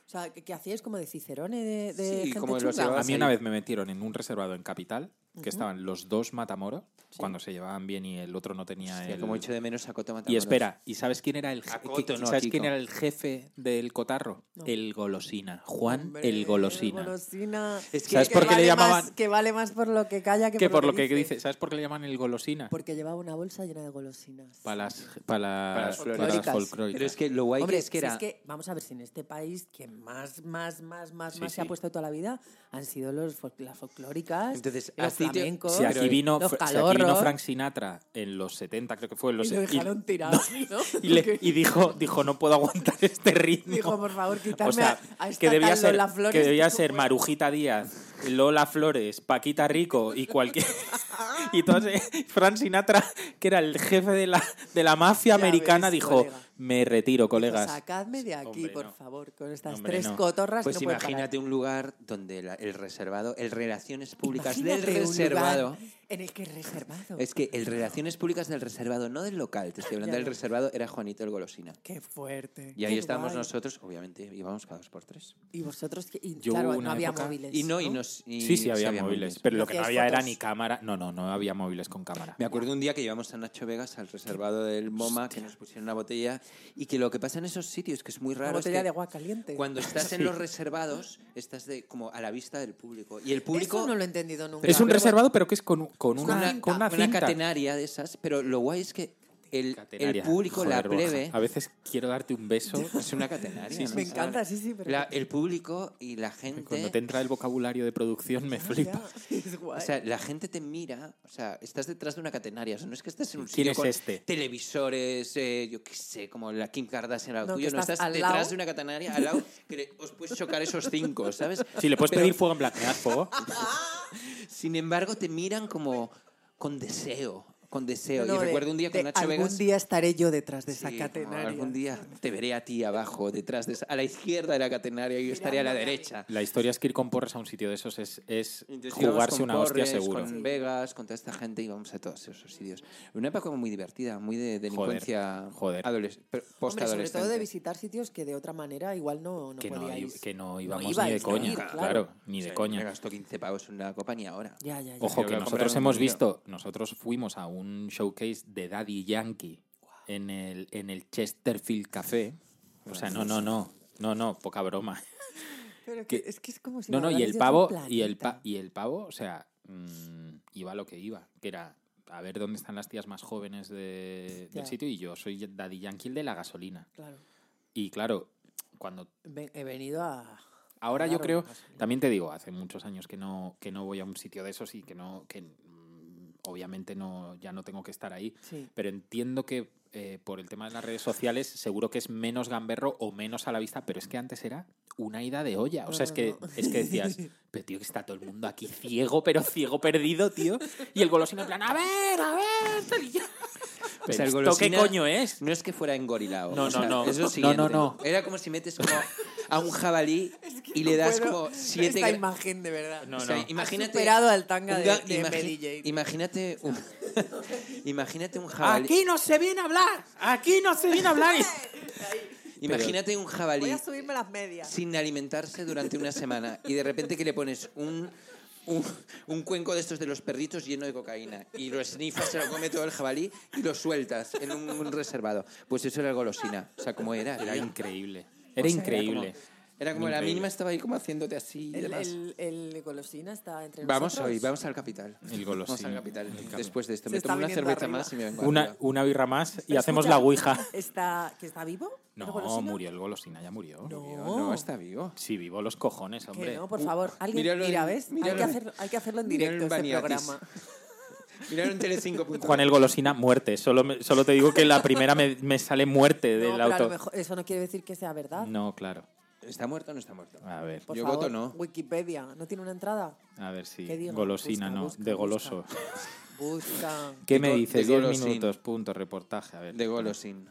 D: O sea, que, que hacíais como de cicerone de, de
B: Sí,
D: gente
B: como lo
D: chunga.
B: llevabas
E: A mí una
B: ahí.
E: vez me metieron en un reservado en Capital, que estaban los dos Matamoros, cuando se llevaban bien y el otro no tenía
B: Hostia,
E: el...
B: Como echo de menos a Coto
E: Y
B: Matamoros.
E: espera, ¿y sabes quién era el
B: A
E: je-
B: Coto,
E: qui-
B: no a
E: ¿sabes
B: Kiko.
E: quién era el jefe del cotarro? El golosina, Juan
D: Hombre,
E: el golosina.
D: golosina.
B: Es que-
E: ¿Sabes por qué le
D: vale más-
E: llamaban-
D: que vale más por lo que calla que,
E: que por lo que dice, ¿sabes por qué le llaman el golosina?
D: Porque llevaba una bolsa llena de golosinas.
E: Para las para las,
B: flores.
E: para las
D: Folclóricas.
E: folclóricas.
B: Pero es que lo guay
D: Hombre,
B: que es que
D: si
B: era...
D: vamos a ver, si en este país que más, más, más, más,
E: Sí,
D: más
E: sí.
D: se ha puesto toda la vida han sido los folk- las folclóricas,
B: Entonces, a
D: los
B: ti te-
D: flamencos,
E: si aquí, vino,
D: los
E: Fra- si aquí
D: calorros,
E: vino Frank Sinatra en los 70, creo que fue, en los
D: y lo
E: se- y-
D: dejaron tirado, ¿no?
E: y, le-
D: Porque
E: y dijo, dijo, no puedo aguantar este ritmo.
D: Dijo, por favor, quitarme
E: O sea,
D: a, a esta
E: que debía
D: tal
E: ser,
D: Lola Flores.
E: que debía
D: tú
E: ser
D: puedes.
E: Marujita Díaz, Lola Flores, Paquita Rico y cualquier... y entonces Fran Sinatra, que era el jefe de la, de la mafia
D: Ya
E: americana,
D: ves,
E: dijo,
D: colega.
E: me retiro,
D: Dijo,
E: colegas.
D: Pues Sacadme de aquí,
E: Hombre,
D: por
E: no.
D: favor, con estas
E: Hombre,
D: tres
E: no.
D: cotorras
B: Pues
D: no puedo parar.
B: imagínate un lugar donde la- el reservado, el Relaciones Públicas del
D: Imagínate un
B: Reservado...
D: lugar En el que es reservado.
B: Es que el Relaciones Públicas del Reservado, no del local, te estoy hablando
D: Ya
B: del
D: ves.
B: reservado, era Juanito el Golosina.
D: Qué fuerte.
B: Y ahí
D: qué
B: estábamos
D: guay.
B: nosotros, obviamente íbamos cada dos por tres.
D: Y vosotros, que- y,
E: Yo
D: claro,
E: hubo
D: no
E: una
D: había
E: época-
D: móviles.
B: Y no, y nos. y
E: Sí, sí, había, móviles, pero lo que no
D: Hacíais
E: había era
D: fotos.
E: ni cámara. No, no, no había móviles con cámara.
B: Me acuerdo un día que llevamos a Nacho Vegas al reservado del MoMA, que nos pusieron una botella, y que lo que pasa en esos sitios, que es muy raro.
D: Una
B: es
D: botella
B: que
D: de agua caliente.
B: Cuando estás en los reservados, estás de, como a la vista del público. Y el público.
D: Eso no lo he entendido nunca.
E: es un
B: pero-
E: reservado, pero que es con, con
D: una
E: una,
D: cinta,
E: con una
B: una
E: cinta.
B: catenaria de esas, pero lo guay es que el, el
E: Catenaria.
B: público, la
E: Joder, Borja,
B: plebe.
E: A veces quiero darte un beso.
B: Es una catenaria.
E: Sí,
B: ¿no?
E: sí,
D: Me
E: sí.
D: encanta, sí, sí, pero...
B: La- el público y la gente.
E: Cuando te entra el vocabulario de producción me flipa.
D: Es guay.
B: O sea, la gente te mira, o sea, estás detrás de una catenaria, o sea, no es que estés en un
E: ¿Quién
B: sitio
E: es
B: con
E: este?
B: televisores, eh, yo qué sé, como la Kim Kardashian al
D: No, que
B: tuyo, no
D: estás
B: estás
D: al
B: detrás
D: lado.
B: de una catenaria al lado que le- os puedes chocar esos cinco, ¿sabes?
E: Si le puedes
B: Pero,
E: pedir fuego en plan, ¿me das fuego?
B: Sin embargo, te miran como con deseo, con
E: eh,
B: deseo.
D: No,
B: y
D: de-
B: recuerdo un día con
D: de
B: Nacho
D: algún
B: Vegas
D: día estaré yo detrás de
B: sí,
D: esa
B: como
D: catenaria.
B: algún día te veré a ti abajo, detrás de esa- a la izquierda de la catenaria y yo estaré a la derecha.
E: La historia es que ir con porras a un sitio de esos es, es
B: Entonces íbamos
E: jugarse
B: con
E: una hostia
B: Porres,
E: seguro.
B: Con Vegas, con toda esta gente íbamos a todos esos sitios. Una época muy divertida, muy de delincuencia
E: joder.
B: adoles-
D: Hombre,
B: pero
D: sobre
B: postadolescente.
D: todo de visitar sitios que de otra manera igual no, no
E: Que no,
D: podíais.
E: i- que no íbamos
D: ibais,
E: ni de
D: no
E: coña,
D: ir,
E: claro. ni de
B: Sí,
E: coña.
B: Me gastó 15 pavos en una copa ni ahora.
D: Ya, ya, ya.
B: Yo voy a
E: Ojo, que
B: comprar
E: nosotros
B: un
E: hemos
B: vinilo.
E: visto, nosotros fuimos a un showcase de Daddy Yankee en el, en el Chesterfield Café. O sea, no, no, no, no, no, poca broma.
D: Pero que-
E: que-
D: es que es como si
E: No,
D: me
E: no, y
D: hablarais de
E: el
D: otro
E: pavo, y el, pa-
D: planeta.
E: y el pavo, o sea, mm, iba a lo que iba, que era a ver dónde están las tías más jóvenes de-
D: Ya.
E: del sitio y yo soy Daddy Yankee el de la gasolina.
D: Claro.
E: Y claro, cuando
D: Ve- He venido a...
E: Ahora yo
D: Claro,
E: creo,
D: más o menos.
E: también te digo, hace muchos años que no, que no voy a un sitio de esos y que no, que mm, obviamente no, ya no tengo que estar ahí.
D: Sí.
E: Pero entiendo que eh, por el tema de las redes sociales, seguro que es menos gamberro o menos a la vista, pero es que antes era una ida de olla. O sea, es que, es que decías, pero tío, que está todo el mundo aquí ciego, pero ciego perdido, tío. Y el golosino en plan, a ver, a ver. tal y ya.
B: O sea,
E: Pero
B: el
E: ¿esto
B: golosina
E: qué coño es?
B: No es que fuera engorilado.
E: No,
B: o
E: no,
B: sea,
E: no.
B: eso
E: No,
B: siguiente.
E: no, no.
B: Era como si metes como a un jabalí y le das
D: Bueno,
B: como siete...
D: Esta
B: gra-
D: imagen, de verdad.
E: No,
B: O sea,
E: no.
B: imagínate
D: superado al tanga
B: un
D: de-
B: ga-
D: de
B: imagi-
D: Mary Jane.
B: Imagínate un, imagínate un jabalí.
E: no se viene a hablar, aquí no se viene a hablar.
B: Imagínate un jabalí
D: Voy a subirme las medias.
B: sin alimentarse durante una semana y de repente que le pones un, un, un cuenco de estos de los perritos lleno de cocaína y lo snifas, se lo come todo el jabalí y lo sueltas en un, un reservado. Pues eso era el golosina. O sea, como era.
E: Era
B: tío.
E: increíble. Era
B: O sea,
E: increíble.
B: Era como, era como la
E: Increíble.
B: mínima estaba ahí como haciéndote así y
D: El,
B: demás.
D: el, el golosina está entre
B: Vamos
D: nosotros.
B: hoy, vamos al capital.
E: El
B: Vamos
E: golosina.
B: al capital.
E: El capital.
B: Después de esto,
D: Se
B: me
D: está
B: tomo una
D: viniendo
B: cerveza
D: arriba.
B: más y me vengo.
E: Una,
B: arriba.
E: una birra más y
D: Pero
E: hacemos
D: escucha,
E: la ouija.
D: Está, ¿Que está vivo? el
E: No,
D: golosina?
E: murió el golosina, ya murió.
B: No,
D: Oh.
B: no, está vivo.
E: Sí, vivo los cojones,
D: Que
E: hombre.
D: no, por favor. Alguien,
B: míralo en-
D: mira, ¿ves? hay,
B: míralo
D: que
B: en-
D: hacerlo, hay que hacerlo en
B: míralo en
D: directo este
B: Vaniatis.
D: programa.
B: Mirad en Tele5.
E: Juan el golosina, muerte. Solo, me- solo te digo que la primera me, me sale muerte
D: No,
E: del
D: pero a lo
E: auto.
D: mejor- eso no quiere decir que sea verdad.
E: No, claro.
B: ¿Está muerto o no está muerto?
E: A ver,
D: Por
B: Yo
D: favor,
B: voto no.
D: Wikipedia, ¿no tiene una entrada?
E: a ver si.
D: ¿Qué digo?
E: Golosina,
D: Busca,
E: no,
D: busca,
E: de
D: busca.
E: goloso.
D: Busca.
E: ¿Qué
B: De
E: me
B: go-
E: dices?
B: de
E: 10
B: golosín.
E: minutos, punto, reportaje. A ver.
B: De golosín.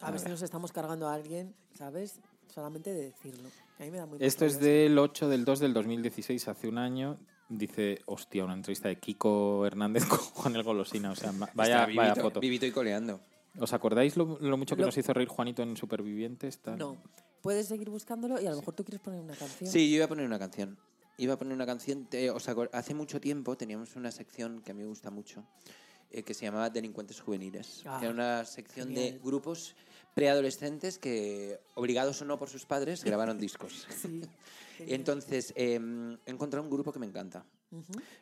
D: A ver si nos estamos cargando a alguien, ¿sabes? Solamente de decirlo. A mí me da muy
E: Esto
D: mal
E: es
D: rollo.
E: del 8 del 2 del 2016, hace un año. Dice, hostia, una entrevista de Kiko Hernández con Juan el Golosina. O sea, ma-
B: Está
E: vaya,
B: vivito,
E: vaya foto.
B: Vivito y coleando.
E: ¿Os acordáis lo, lo mucho que
D: Lo-
E: nos hizo reír Juanito en Supervivientes? Tal?
D: No, Puedes seguir buscándolo y a lo mejor tú quieres poner una canción.
B: Sí, yo iba a poner una canción. Iba a poner una canción. te- os acor- hace mucho tiempo teníamos una sección que a mí me gusta mucho, eh, que se llamaba Delincuentes Juveniles.
D: Ah,
B: que era una sección de
D: genial.
B: grupos preadolescentes que, obligados o no por sus padres, grabaron discos. Y Entonces, eh, he encontrado un grupo que me encanta.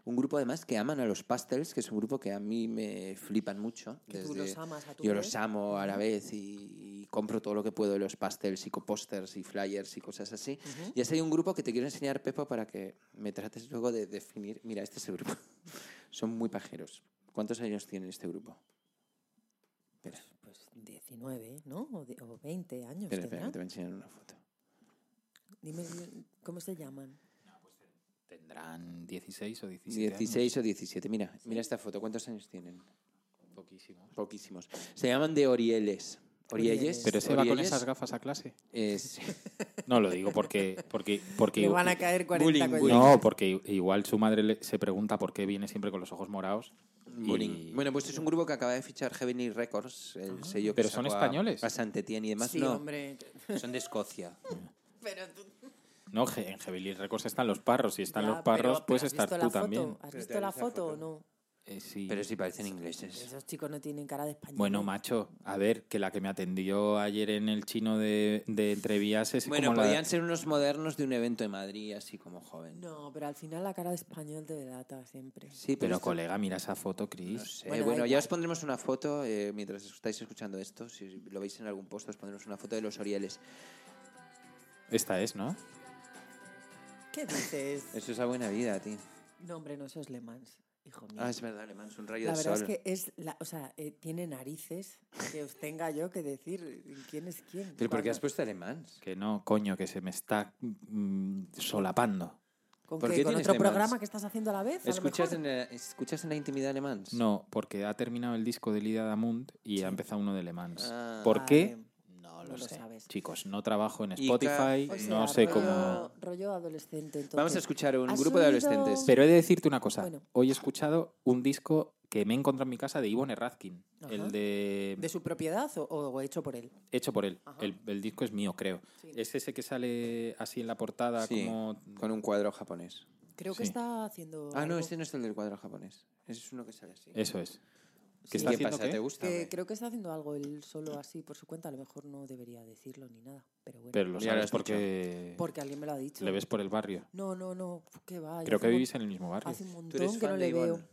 B: Un grupo además que aman a los pastels, que es un grupo que a mí me flipan mucho.
D: Que tú los amas a tu
B: yo
D: vez.
B: los amo a la vez y, y compro todo lo que puedo de los pastels y co- pósters y flyers y cosas así. Y así hay un grupo que te quiero enseñar, Pepa, para que me trates luego de definir. Mira, este es el grupo. Son muy pajeros. ¿Cuántos años tiene este grupo? Espera,
D: Pues 19, ¿no? O, de- o 20 años.
B: espera, espera,
D: tendrán.
B: que te voy a enseñar una foto.
D: Dime cómo se llaman.
E: Tendrán 16 o 17.
B: 16 o 17. Mira, mira esta foto. ¿Cuántos años tienen?
E: años. Poquísimo.
B: Poquísimos. Se llaman de Orieles. Orielles.
D: Orieles.
E: Pero se va con
B: Orieles,
E: esas gafas a clase.
B: eh, sí.
E: No lo digo porque porque porque
D: Le van a caer 40
B: Bullying,
D: coñazos.
B: bullying.
E: No, porque i- igual su madre le- se pregunta por qué viene siempre con los ojos morados. y-
B: Bullying. Bueno, pues es un grupo que acaba de fichar Heavenly Records, el sello que
E: Pero son
B: sacó a-
E: españoles.
B: A Santetien y demás.
D: Ah. Sí,
B: no,
D: hombre.
B: son de Escocia.
D: Pero tú-
E: No, Ge- en Heavenly Records están los parros. Si están
D: Ya,
E: los parros,
D: pero-
E: puedes
D: pero ¿has
E: estar
D: visto
E: tú
D: la foto?
E: también.
D: ¿Has
C: Pero
D: visto
C: te
D: la
C: avisa
D: foto o
C: foto.
D: no?
E: Eh, sí.
B: Pero sí parecen ingleses.
D: Esos chicos no tienen cara de español.
E: Bueno, macho, a ver, que la que me atendió ayer en el chino de, de Entrevías es
B: Bueno,
E: como la-
B: podían ser unos modernos de un evento de Madrid, así como joven.
D: No, pero al final la cara de español te delata siempre.
B: Sí, pero,
E: Pero
B: esto-
E: colega, mira esa foto, Chris.
B: no sé.
D: Bueno,
B: Bueno,
D: da
B: ya
D: igual.
B: os pondremos una foto, eh, mientras estáis escuchando esto, si lo veis en algún post, os pondremos una foto de los Orieles.
E: Esta es, ¿no?
D: ¿Qué dices?
B: Eso es la buena vida, tío.
D: No, hombre, no, eso es Le Mans, hijo mío.
B: Ah, es verdad, le mandas un rayo
D: la
B: de
D: verdad
B: sol.
D: es que es, la, o sea, eh, tiene narices que os tenga yo que decir quién es quién.
B: Pero ¿por qué
D: cuándo.
B: has puesto alemán?
E: Que no, coño, que se me está mm, solapando.
D: ¿Con,
B: ¿Por
D: qué?
B: qué
D: ¿Con
B: tienes
D: otro
B: Le Mans?
D: programa que estás haciendo a la vez? a lo
B: ¿Escuchas
D: mejor?
B: en, la, ¿Escuchas en la intimidad alemán?
E: No, porque ha terminado el disco de Lidia Damund y ha empezado uno de Le Mans.
B: Ah.
E: ¿Por qué?
D: Vale.
E: No
D: eh, No lo sabes.
E: Chicos, no trabajo en
B: Y ca-
E: Spotify,
D: O sea,
E: no sé
D: rollo,
E: cómo...
D: Rollo adolescente. Entonces.
B: Vamos a escuchar un
D: ¿Has
B: grupo de
D: oído-
B: adolescentes.
E: Pero he de decirte una cosa.
D: Bueno.
E: Hoy he escuchado un disco que me he encontrado en mi casa de Ivone Radkin.
D: Ajá.
E: El de...
D: ¿De su propiedad o, o hecho por él?
E: Hecho por él.
D: Ajá.
E: El, el disco es mío, creo.
D: Sí.
E: Es ese que sale así en la portada
B: Sí,
E: como...
B: con un cuadro japonés.
D: Creo que
E: Sí.
D: está haciendo.
B: Ah, no,
D: algo
B: este no es el del cuadro japonés. Ese es uno que sale así.
E: Eso es.
B: ¿Qué,
E: ¿Qué está haciendo
B: pasa?
E: qué?
B: ¿Te gusta?
D: que
B: hombre?
D: creo que está haciendo algo él solo así por su cuenta. A lo mejor no debería decirlo ni nada. Pero bueno.
E: Pero lo
B: Ya lo has
E: sabes
B: dicho.
E: porque
D: porque alguien me lo ha dicho.
E: le ves por el barrio.
D: No, no, no. Que va. yo
E: Creo
D: hace
E: que
D: un-
E: vivís en el mismo barrio.
D: Hace un
B: Tú eres
D: montón que
B: fan
D: no
B: de
D: le veo.
B: Ivonne.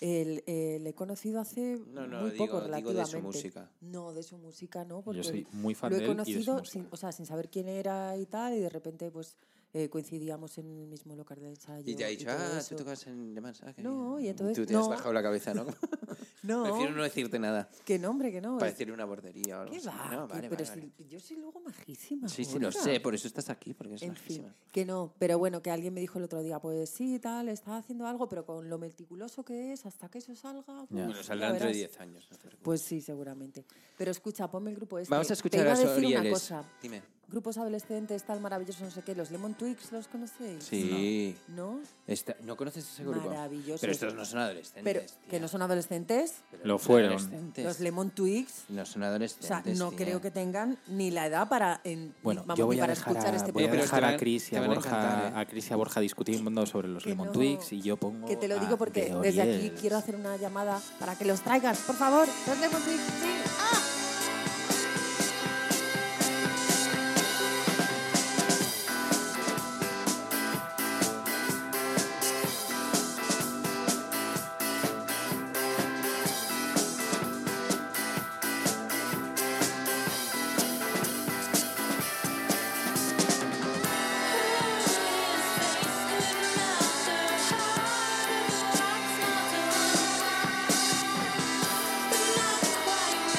D: El, eh, le he conocido hace
B: No, no,
D: muy
B: digo-
D: poco,
B: digo de su
D: relativamente.
B: música.
D: No, de su música no, porque
E: Yo soy muy fan
D: lo
E: de
D: he
E: él y de su
D: conocido sin,
E: música.
D: o sea, sin saber quién era y tal, y de repente pues eh, coincidíamos en el mismo local de ensayo.
B: Y te ha dicho,
D: todo
B: ah,
D: eso".
B: tú tocas en alemán. Ah, qué
D: No,
B: bien".
D: y entonces-
B: Tú te has
D: no.
B: bajado la cabeza, ¿no?
D: No,
B: Prefiero no decirte nada.
D: que no, hombre, que no.
B: Para
D: es-
B: decirle una bordería o algo
D: ¿Qué
B: así.
D: va?
B: No,
D: que-
B: vale,
D: pero
B: vale, vale.
D: si- yo soy luego majísima.
B: Sí, sí, lo
D: joder.
B: sé. Por eso estás aquí, porque es
D: En fin,
B: majísima.
D: que no, pero bueno, que alguien me dijo el otro día, pues sí, tal, está haciendo algo, pero con lo meticuloso que es, hasta que eso salga. pues,
B: Bueno,
D: ya
B: saldrá entre
D: verás".
B: 10 años. no te preocupes.
D: Pues sí, seguramente. Pero escucha, ponme el grupo este.
B: Vamos a
D: Te
B: escuchar
D: iba
B: a
D: a decir una
B: Sorieles.
D: cosa.
B: Dime.
D: Grupos adolescentes, tal maravilloso, no sé qué. Los Lemon Twigs, ¿los conocéis?
B: Sí.
D: ¿No?
B: Esta- ¿No conoces ese grupo?
D: Maravilloso.
B: Pero estos no son adolescentes.
D: Pero
B: tía.
D: que no son adolescentes.
B: Pero
E: Lo
B: no son
E: fueron.
B: adolescentes.
D: Los Lemon Twigs.
B: No son
D: O
B: adolescentes.
D: sea, no
B: tía.
D: creo que tengan ni la edad para, en,
E: Bueno,
D: ni- vamos,
E: yo voy
D: ni
E: a
D: para
E: dejar,
D: escuchar
E: a,
D: este
E: voy a,
B: programa.
E: dejar
B: Pero te
E: a
B: van-
E: Cris y
B: te
E: a,
B: van a
E: Borja,
B: encantar, ¿eh?
E: a Cris y a Borja discutiendo sobre los
D: Que
E: Lemon
D: no.
E: Twigs y yo pongo
D: Que te lo
E: a
D: digo porque
E: The
D: desde aquí
E: Orioles.
D: quiero hacer una llamada para que los traigas, por favor. Los Lemon Twigs, sí.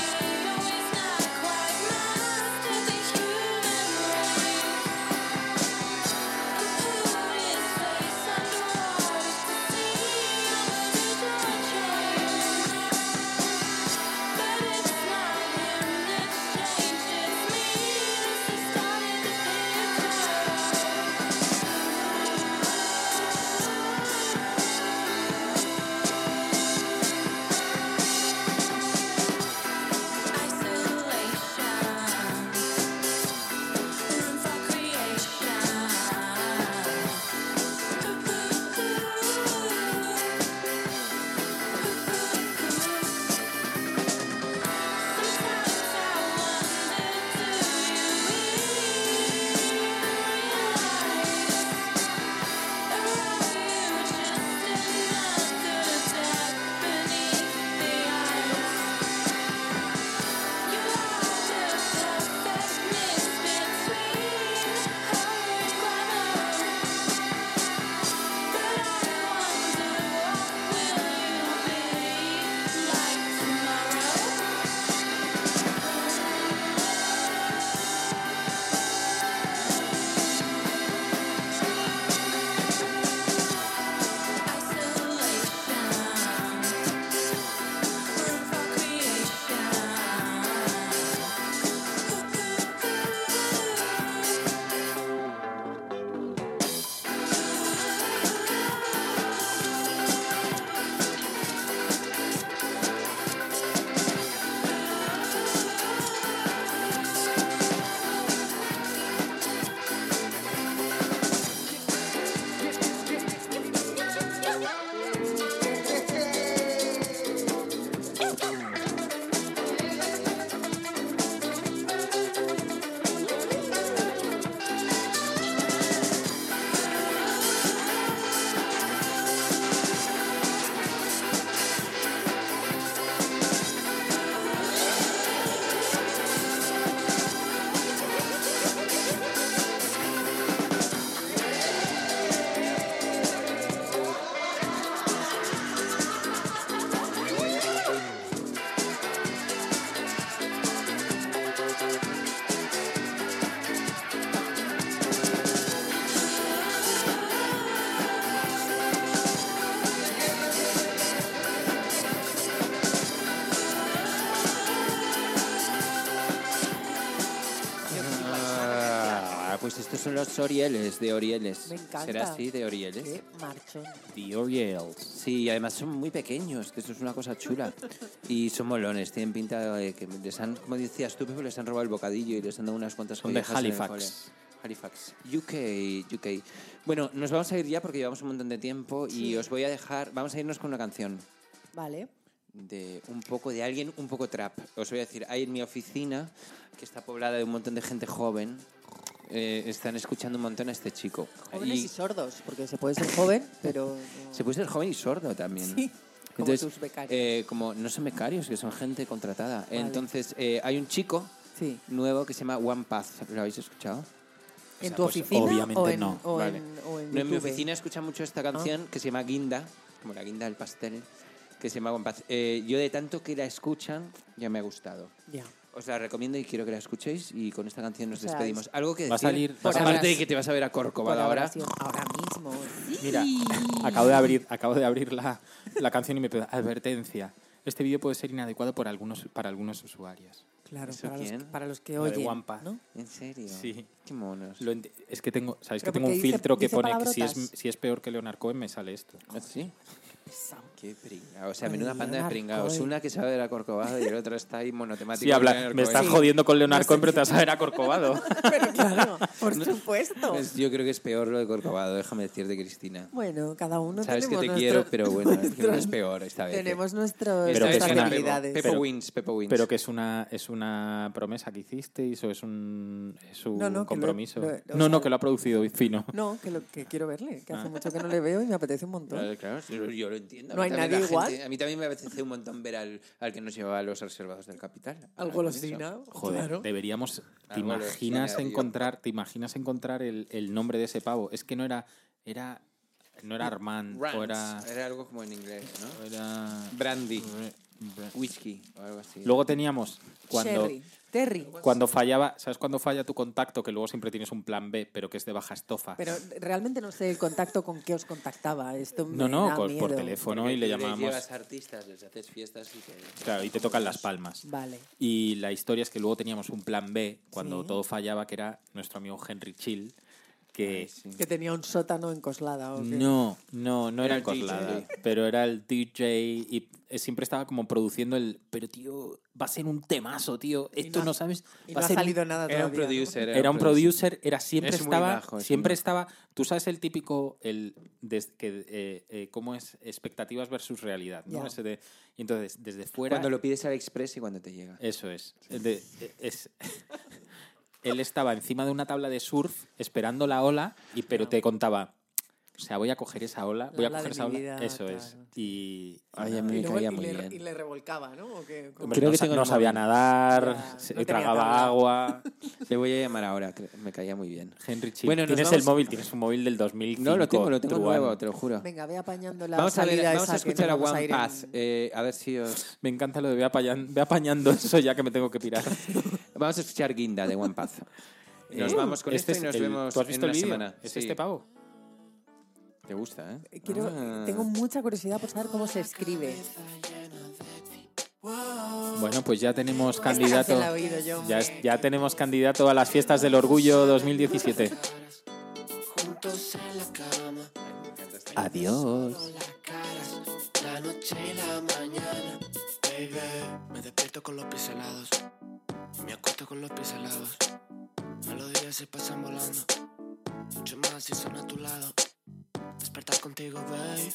H: Thank you
B: pues estos son los Orieles de Orieles.
D: Me encanta.
B: ¿Será así de Orieles?
D: Qué marchón.
E: The Orioles.
B: Sí, y además son muy pequeños, que eso es una cosa chula. Y son molones, tienen pinta de que les han, como decías tú, Pepe, les han robado el bocadillo y les han dado unas cuantas
E: Son de
B: collejas en el
E: Halifax.
B: cole. Halifax, UK, UK. Bueno, nos vamos a ir ya porque llevamos un montón de tiempo y os voy a dejar, vamos a irnos con una canción
D: Vale.
B: de un poco de alguien, un poco trap. Os voy a decir, hay en mi oficina, que está poblada de un montón de gente joven, eh, están escuchando un montón a este chico.
D: Jóvenes y,
B: Y
D: sordos, porque se puede ser joven, pero. no-
B: se puede ser joven y sordo también.
D: Sí, como
B: Entonces,
D: tus becarios.
B: eh, como no son becarios, que son gente contratada. Entonces, eh, hay un chico
D: Sí.
B: nuevo que se llama One Path. ¿Lo habéis escuchado?
D: ¿En
E: sea,
D: tu
E: pues,
D: oficina?
E: obviamente
D: o en,
E: no.
D: O
B: Vale.
D: en, o en
B: No, en mi
D: YouTube? Ah.
B: oficina escucha mucho esta canción que se llama Guinda, como la guinda del pastel, que se llama One Path. Eh, yo de tanto que la escuchan, ya me ha gustado.
D: Ya.
B: Os la recomiendo y quiero que la escuchéis y con esta canción nos
D: O sea,
B: despedimos. Algo que decir,
E: va a salir-
D: Por ahora
B: aparte de
D: sí.
B: que te vas a ver a
D: Por
B: Corcovado
D: la
B: ahora,
D: oración. Ahora mismo.
E: Mira, acabo de abrir, acabo de abrir la, la canción y me pega advertencia. Este vídeo puede ser inadecuado por algunos, para algunos usuarios.
D: Claro,
B: ¿Eso
D: para los,
B: quién?
D: para los que
E: Lo de
D: oyen.
E: One Path.
D: ¿no?
B: ¿en serio?
E: Sí.
B: Qué monos.
E: Lo ent- es que tengo, ¿sabes
D: Pero
E: que tengo un
D: porque dice-
E: filtro que
D: dice
E: pone que si es,
D: palabrotas.
E: si es peor que Leonard Cohen me sale esto?
B: ¿Sí?
D: Pesado.
B: Qué pringao. O sea,
D: Con
B: menuda
D: el
B: panda de
D: Leonardo,
B: pringados.
D: eh.
B: Una que sabe de la Corcovado y el otro está ahí monotemático.
E: Sí, habla,
B: Leonardo
E: me estás
B: Cohen.
E: jodiendo con Leonard Cohen, pero te vas a ver acorcovado.
D: Pero claro, por supuesto.
B: Pues yo creo que es peor lo de Corcovado, déjame decirte, Cristina.
D: Bueno, cada uno
B: Sabes que
D: tenemos
B: te
D: nuestros-
B: quiero, pero bueno, es que
D: nuestros-
B: no es peor esta vez.
D: Tenemos nuestros-
E: Pero que
D: nuestras
E: suena-
D: debilidades.
B: Pepo
E: Pero-
B: Wins, Pepo Wins.
E: Pero que es una, es una promesa que hicisteis o es un, es un
D: No, no, que lo he-
E: compromiso.
D: lo he- o
E: no, no,
D: sea-
E: que lo ha producido Fino.
D: No, que, lo, que quiero verle,
B: Ah.
D: que hace mucho que no le veo y me apetece un montón.
B: Claro, claro, sí, yo, yo lo entiendo.
D: No
B: A mí
D: hay
B: también
D: nadie
B: la
D: igual.
B: gente- a mí también me apetece un montón ver al, al que nos llevaba a los reservados del capital.
D: Al golosina,
E: Joder,
D: claro.
E: deberíamos. ¿Te
B: Algo le
E: imaginas
B: suena, digo.
E: encontrar, te imaginas encontrar el, el nombre de ese pavo? Es que no era. Era. No era Armand.
B: Rants.
E: O era.
B: Era algo como en inglés,
E: o
B: ¿no?
E: era-
B: Brandy, whisky o algo así.
E: Luego teníamos. Cuando,
D: Sherry, Terry.
E: cuando fallaba. ¿Sabes cuando falla tu contacto? Que luego siempre tienes un plan B, pero que es de baja estofa.
D: Pero realmente no sé el contacto con que os contactaba. Esto me
E: no, no,
D: da
E: con- por
D: miedo.
E: teléfono y le llamábamos.
B: llevas artistas, les haces fiestas y te...
E: Claro, y te tocan las palmas.
D: Vale.
E: Y la historia es que luego teníamos un plan B cuando
D: Sí.
E: todo fallaba, que era nuestro amigo Henry Chill, que
D: Que tenía un sótano en Coslada. ¿o qué?
E: No, no, no
B: Era
E: era,
B: el
E: Coslada,
D: eh.
B: DJ.
E: pero era el DJ y eh, siempre estaba como produciendo el, pero tío, va a ser un temazo, tío, esto
D: no
E: no,
D: ha-
E: sabes,
D: Y
E: va
D: no
E: a
D: ha
E: ser un-
D: salido nada
B: Era un
D: todavía, ¿no?
B: producer.
E: Era un producer, era siempre
B: Es muy
E: estaba,
B: majo, es
E: siempre
B: muy-
E: estaba, tú sabes el típico el des- que eh, eh, cómo es expectativas versus realidad, ¿no?
D: Ya.
E: Ese de- y entonces, desde fuera
B: Cuando lo pides al Express y cuando te llega.
E: eso es. De- e-, es- él estaba encima de una tabla de surf esperando la ola, y, pero te contaba, o sea, voy a coger esa ola, voy a
D: ola de
E: coger
D: mi
E: esa ola.
D: vida,
E: Eso es.
D: claro.
E: Y
B: Ay, a mí
D: Y,
B: me
D: luego-
B: caía
D: y
B: muy
D: le, y
B: bien.
D: le revolcaba, ¿no? ¿O qué? ¿Cómo?
B: Hombre, Creo
E: no,
B: que
E: sa-
B: tengo el
E: no sabía
B: móvil.
E: nadar,
D: Ya,
E: se-
D: no tenía
E: tragaba
D: tabla.
E: agua.
B: Le voy a llamar ahora, cre- me caía muy bien.
E: Henry Chill,
B: Bueno, nos
E: tienes el
B: vamos-
E: móvil, tienes un móvil del 2005.
B: No, lo tengo, lo tengo
E: truán.
B: nuevo, te lo juro.
D: "Ah, Venga, ve apañando la
B: Vamos a, ver,
D: salida
B: vamos
D: esa
B: a
D: que
B: escuchar
D: nos
B: a
D: vamos
B: One
D: ir en-
B: Path. eh, a ver si os...
E: Me encanta lo de ve apañan- ve apañando eso ya que me tengo que pirar.
B: Vamos a escuchar Guinda de One Path. Nos
E: Eh,
B: vamos con
E: este
B: esto y
E: es
B: nos
E: el-
B: vemos
E: ¿Tú has visto
B: en
E: el
B: una
E: vídeo?
B: semana.
E: ¿Es
B: Sí.
E: este pavo?
B: Te gusta, ¿eh?
D: Quiero,
B: Ah.
D: Tengo mucha curiosidad por saber cómo se escribe.
E: Bueno, pues ya tenemos
D: canción
E: candidato.
D: la he oído yo,
E: Ya, es- ya tenemos candidato a las fiestas del orgullo 2017. Adiós.
J: La noche y la mañana, baby. Me despierto con los pies helados. Me acuesto con los pies helados. Melodías se pasan volando. Mucho más si son a tu lado. Despertar contigo, babe.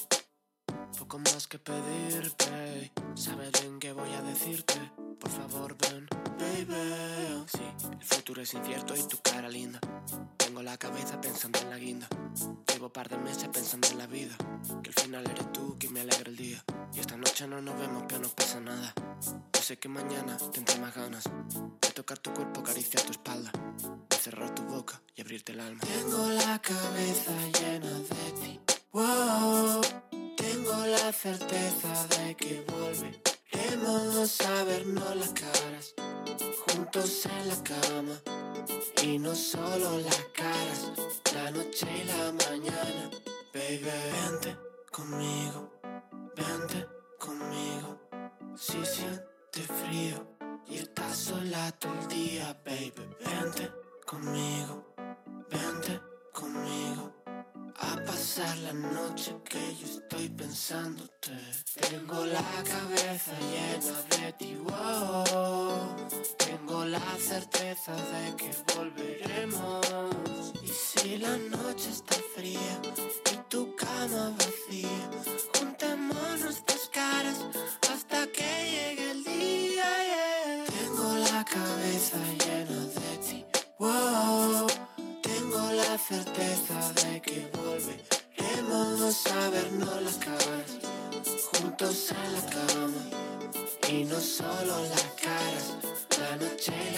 J: Poco más que pedir, babe. Sabes bien que voy a decirte. Por favor, ven, baby. oh, Sí, el futuro es incierto y tu cara linda. Tengo la cabeza pensando en la guinda. Llevo par de meses pensando en la vida. Que al final eres tú quien me alegra el día. Y esta noche no nos vemos, pero no pasa nada. Yo sé que mañana tendré más ganas de tocar tu cuerpo, acariciar tu espalda, de cerrar tu boca y abrirte el alma. Tengo la cabeza llena de ti. Wow. Tengo la certeza de que volveremos a vernos las caras, juntos en la cama. Y no solo las caras, la noche y la mañana, baby. Vente conmigo, vente conmigo. Si siente frío y estás sola todo el día, baby. Vente conmigo, pasar la noche que yo estoy pensándote. Tengo la cabeza llena de ti, wow. Tengo la certeza de que volveremos. Y si la noche está fría y tu cama vacía, juntemos nuestras caras hasta que llegue el día. yeah. Tengo la cabeza llena de ti, wow. Tengo la certeza de que volveremos a vernos las caras, juntos en la cama. Y no solo las caras, la noche y la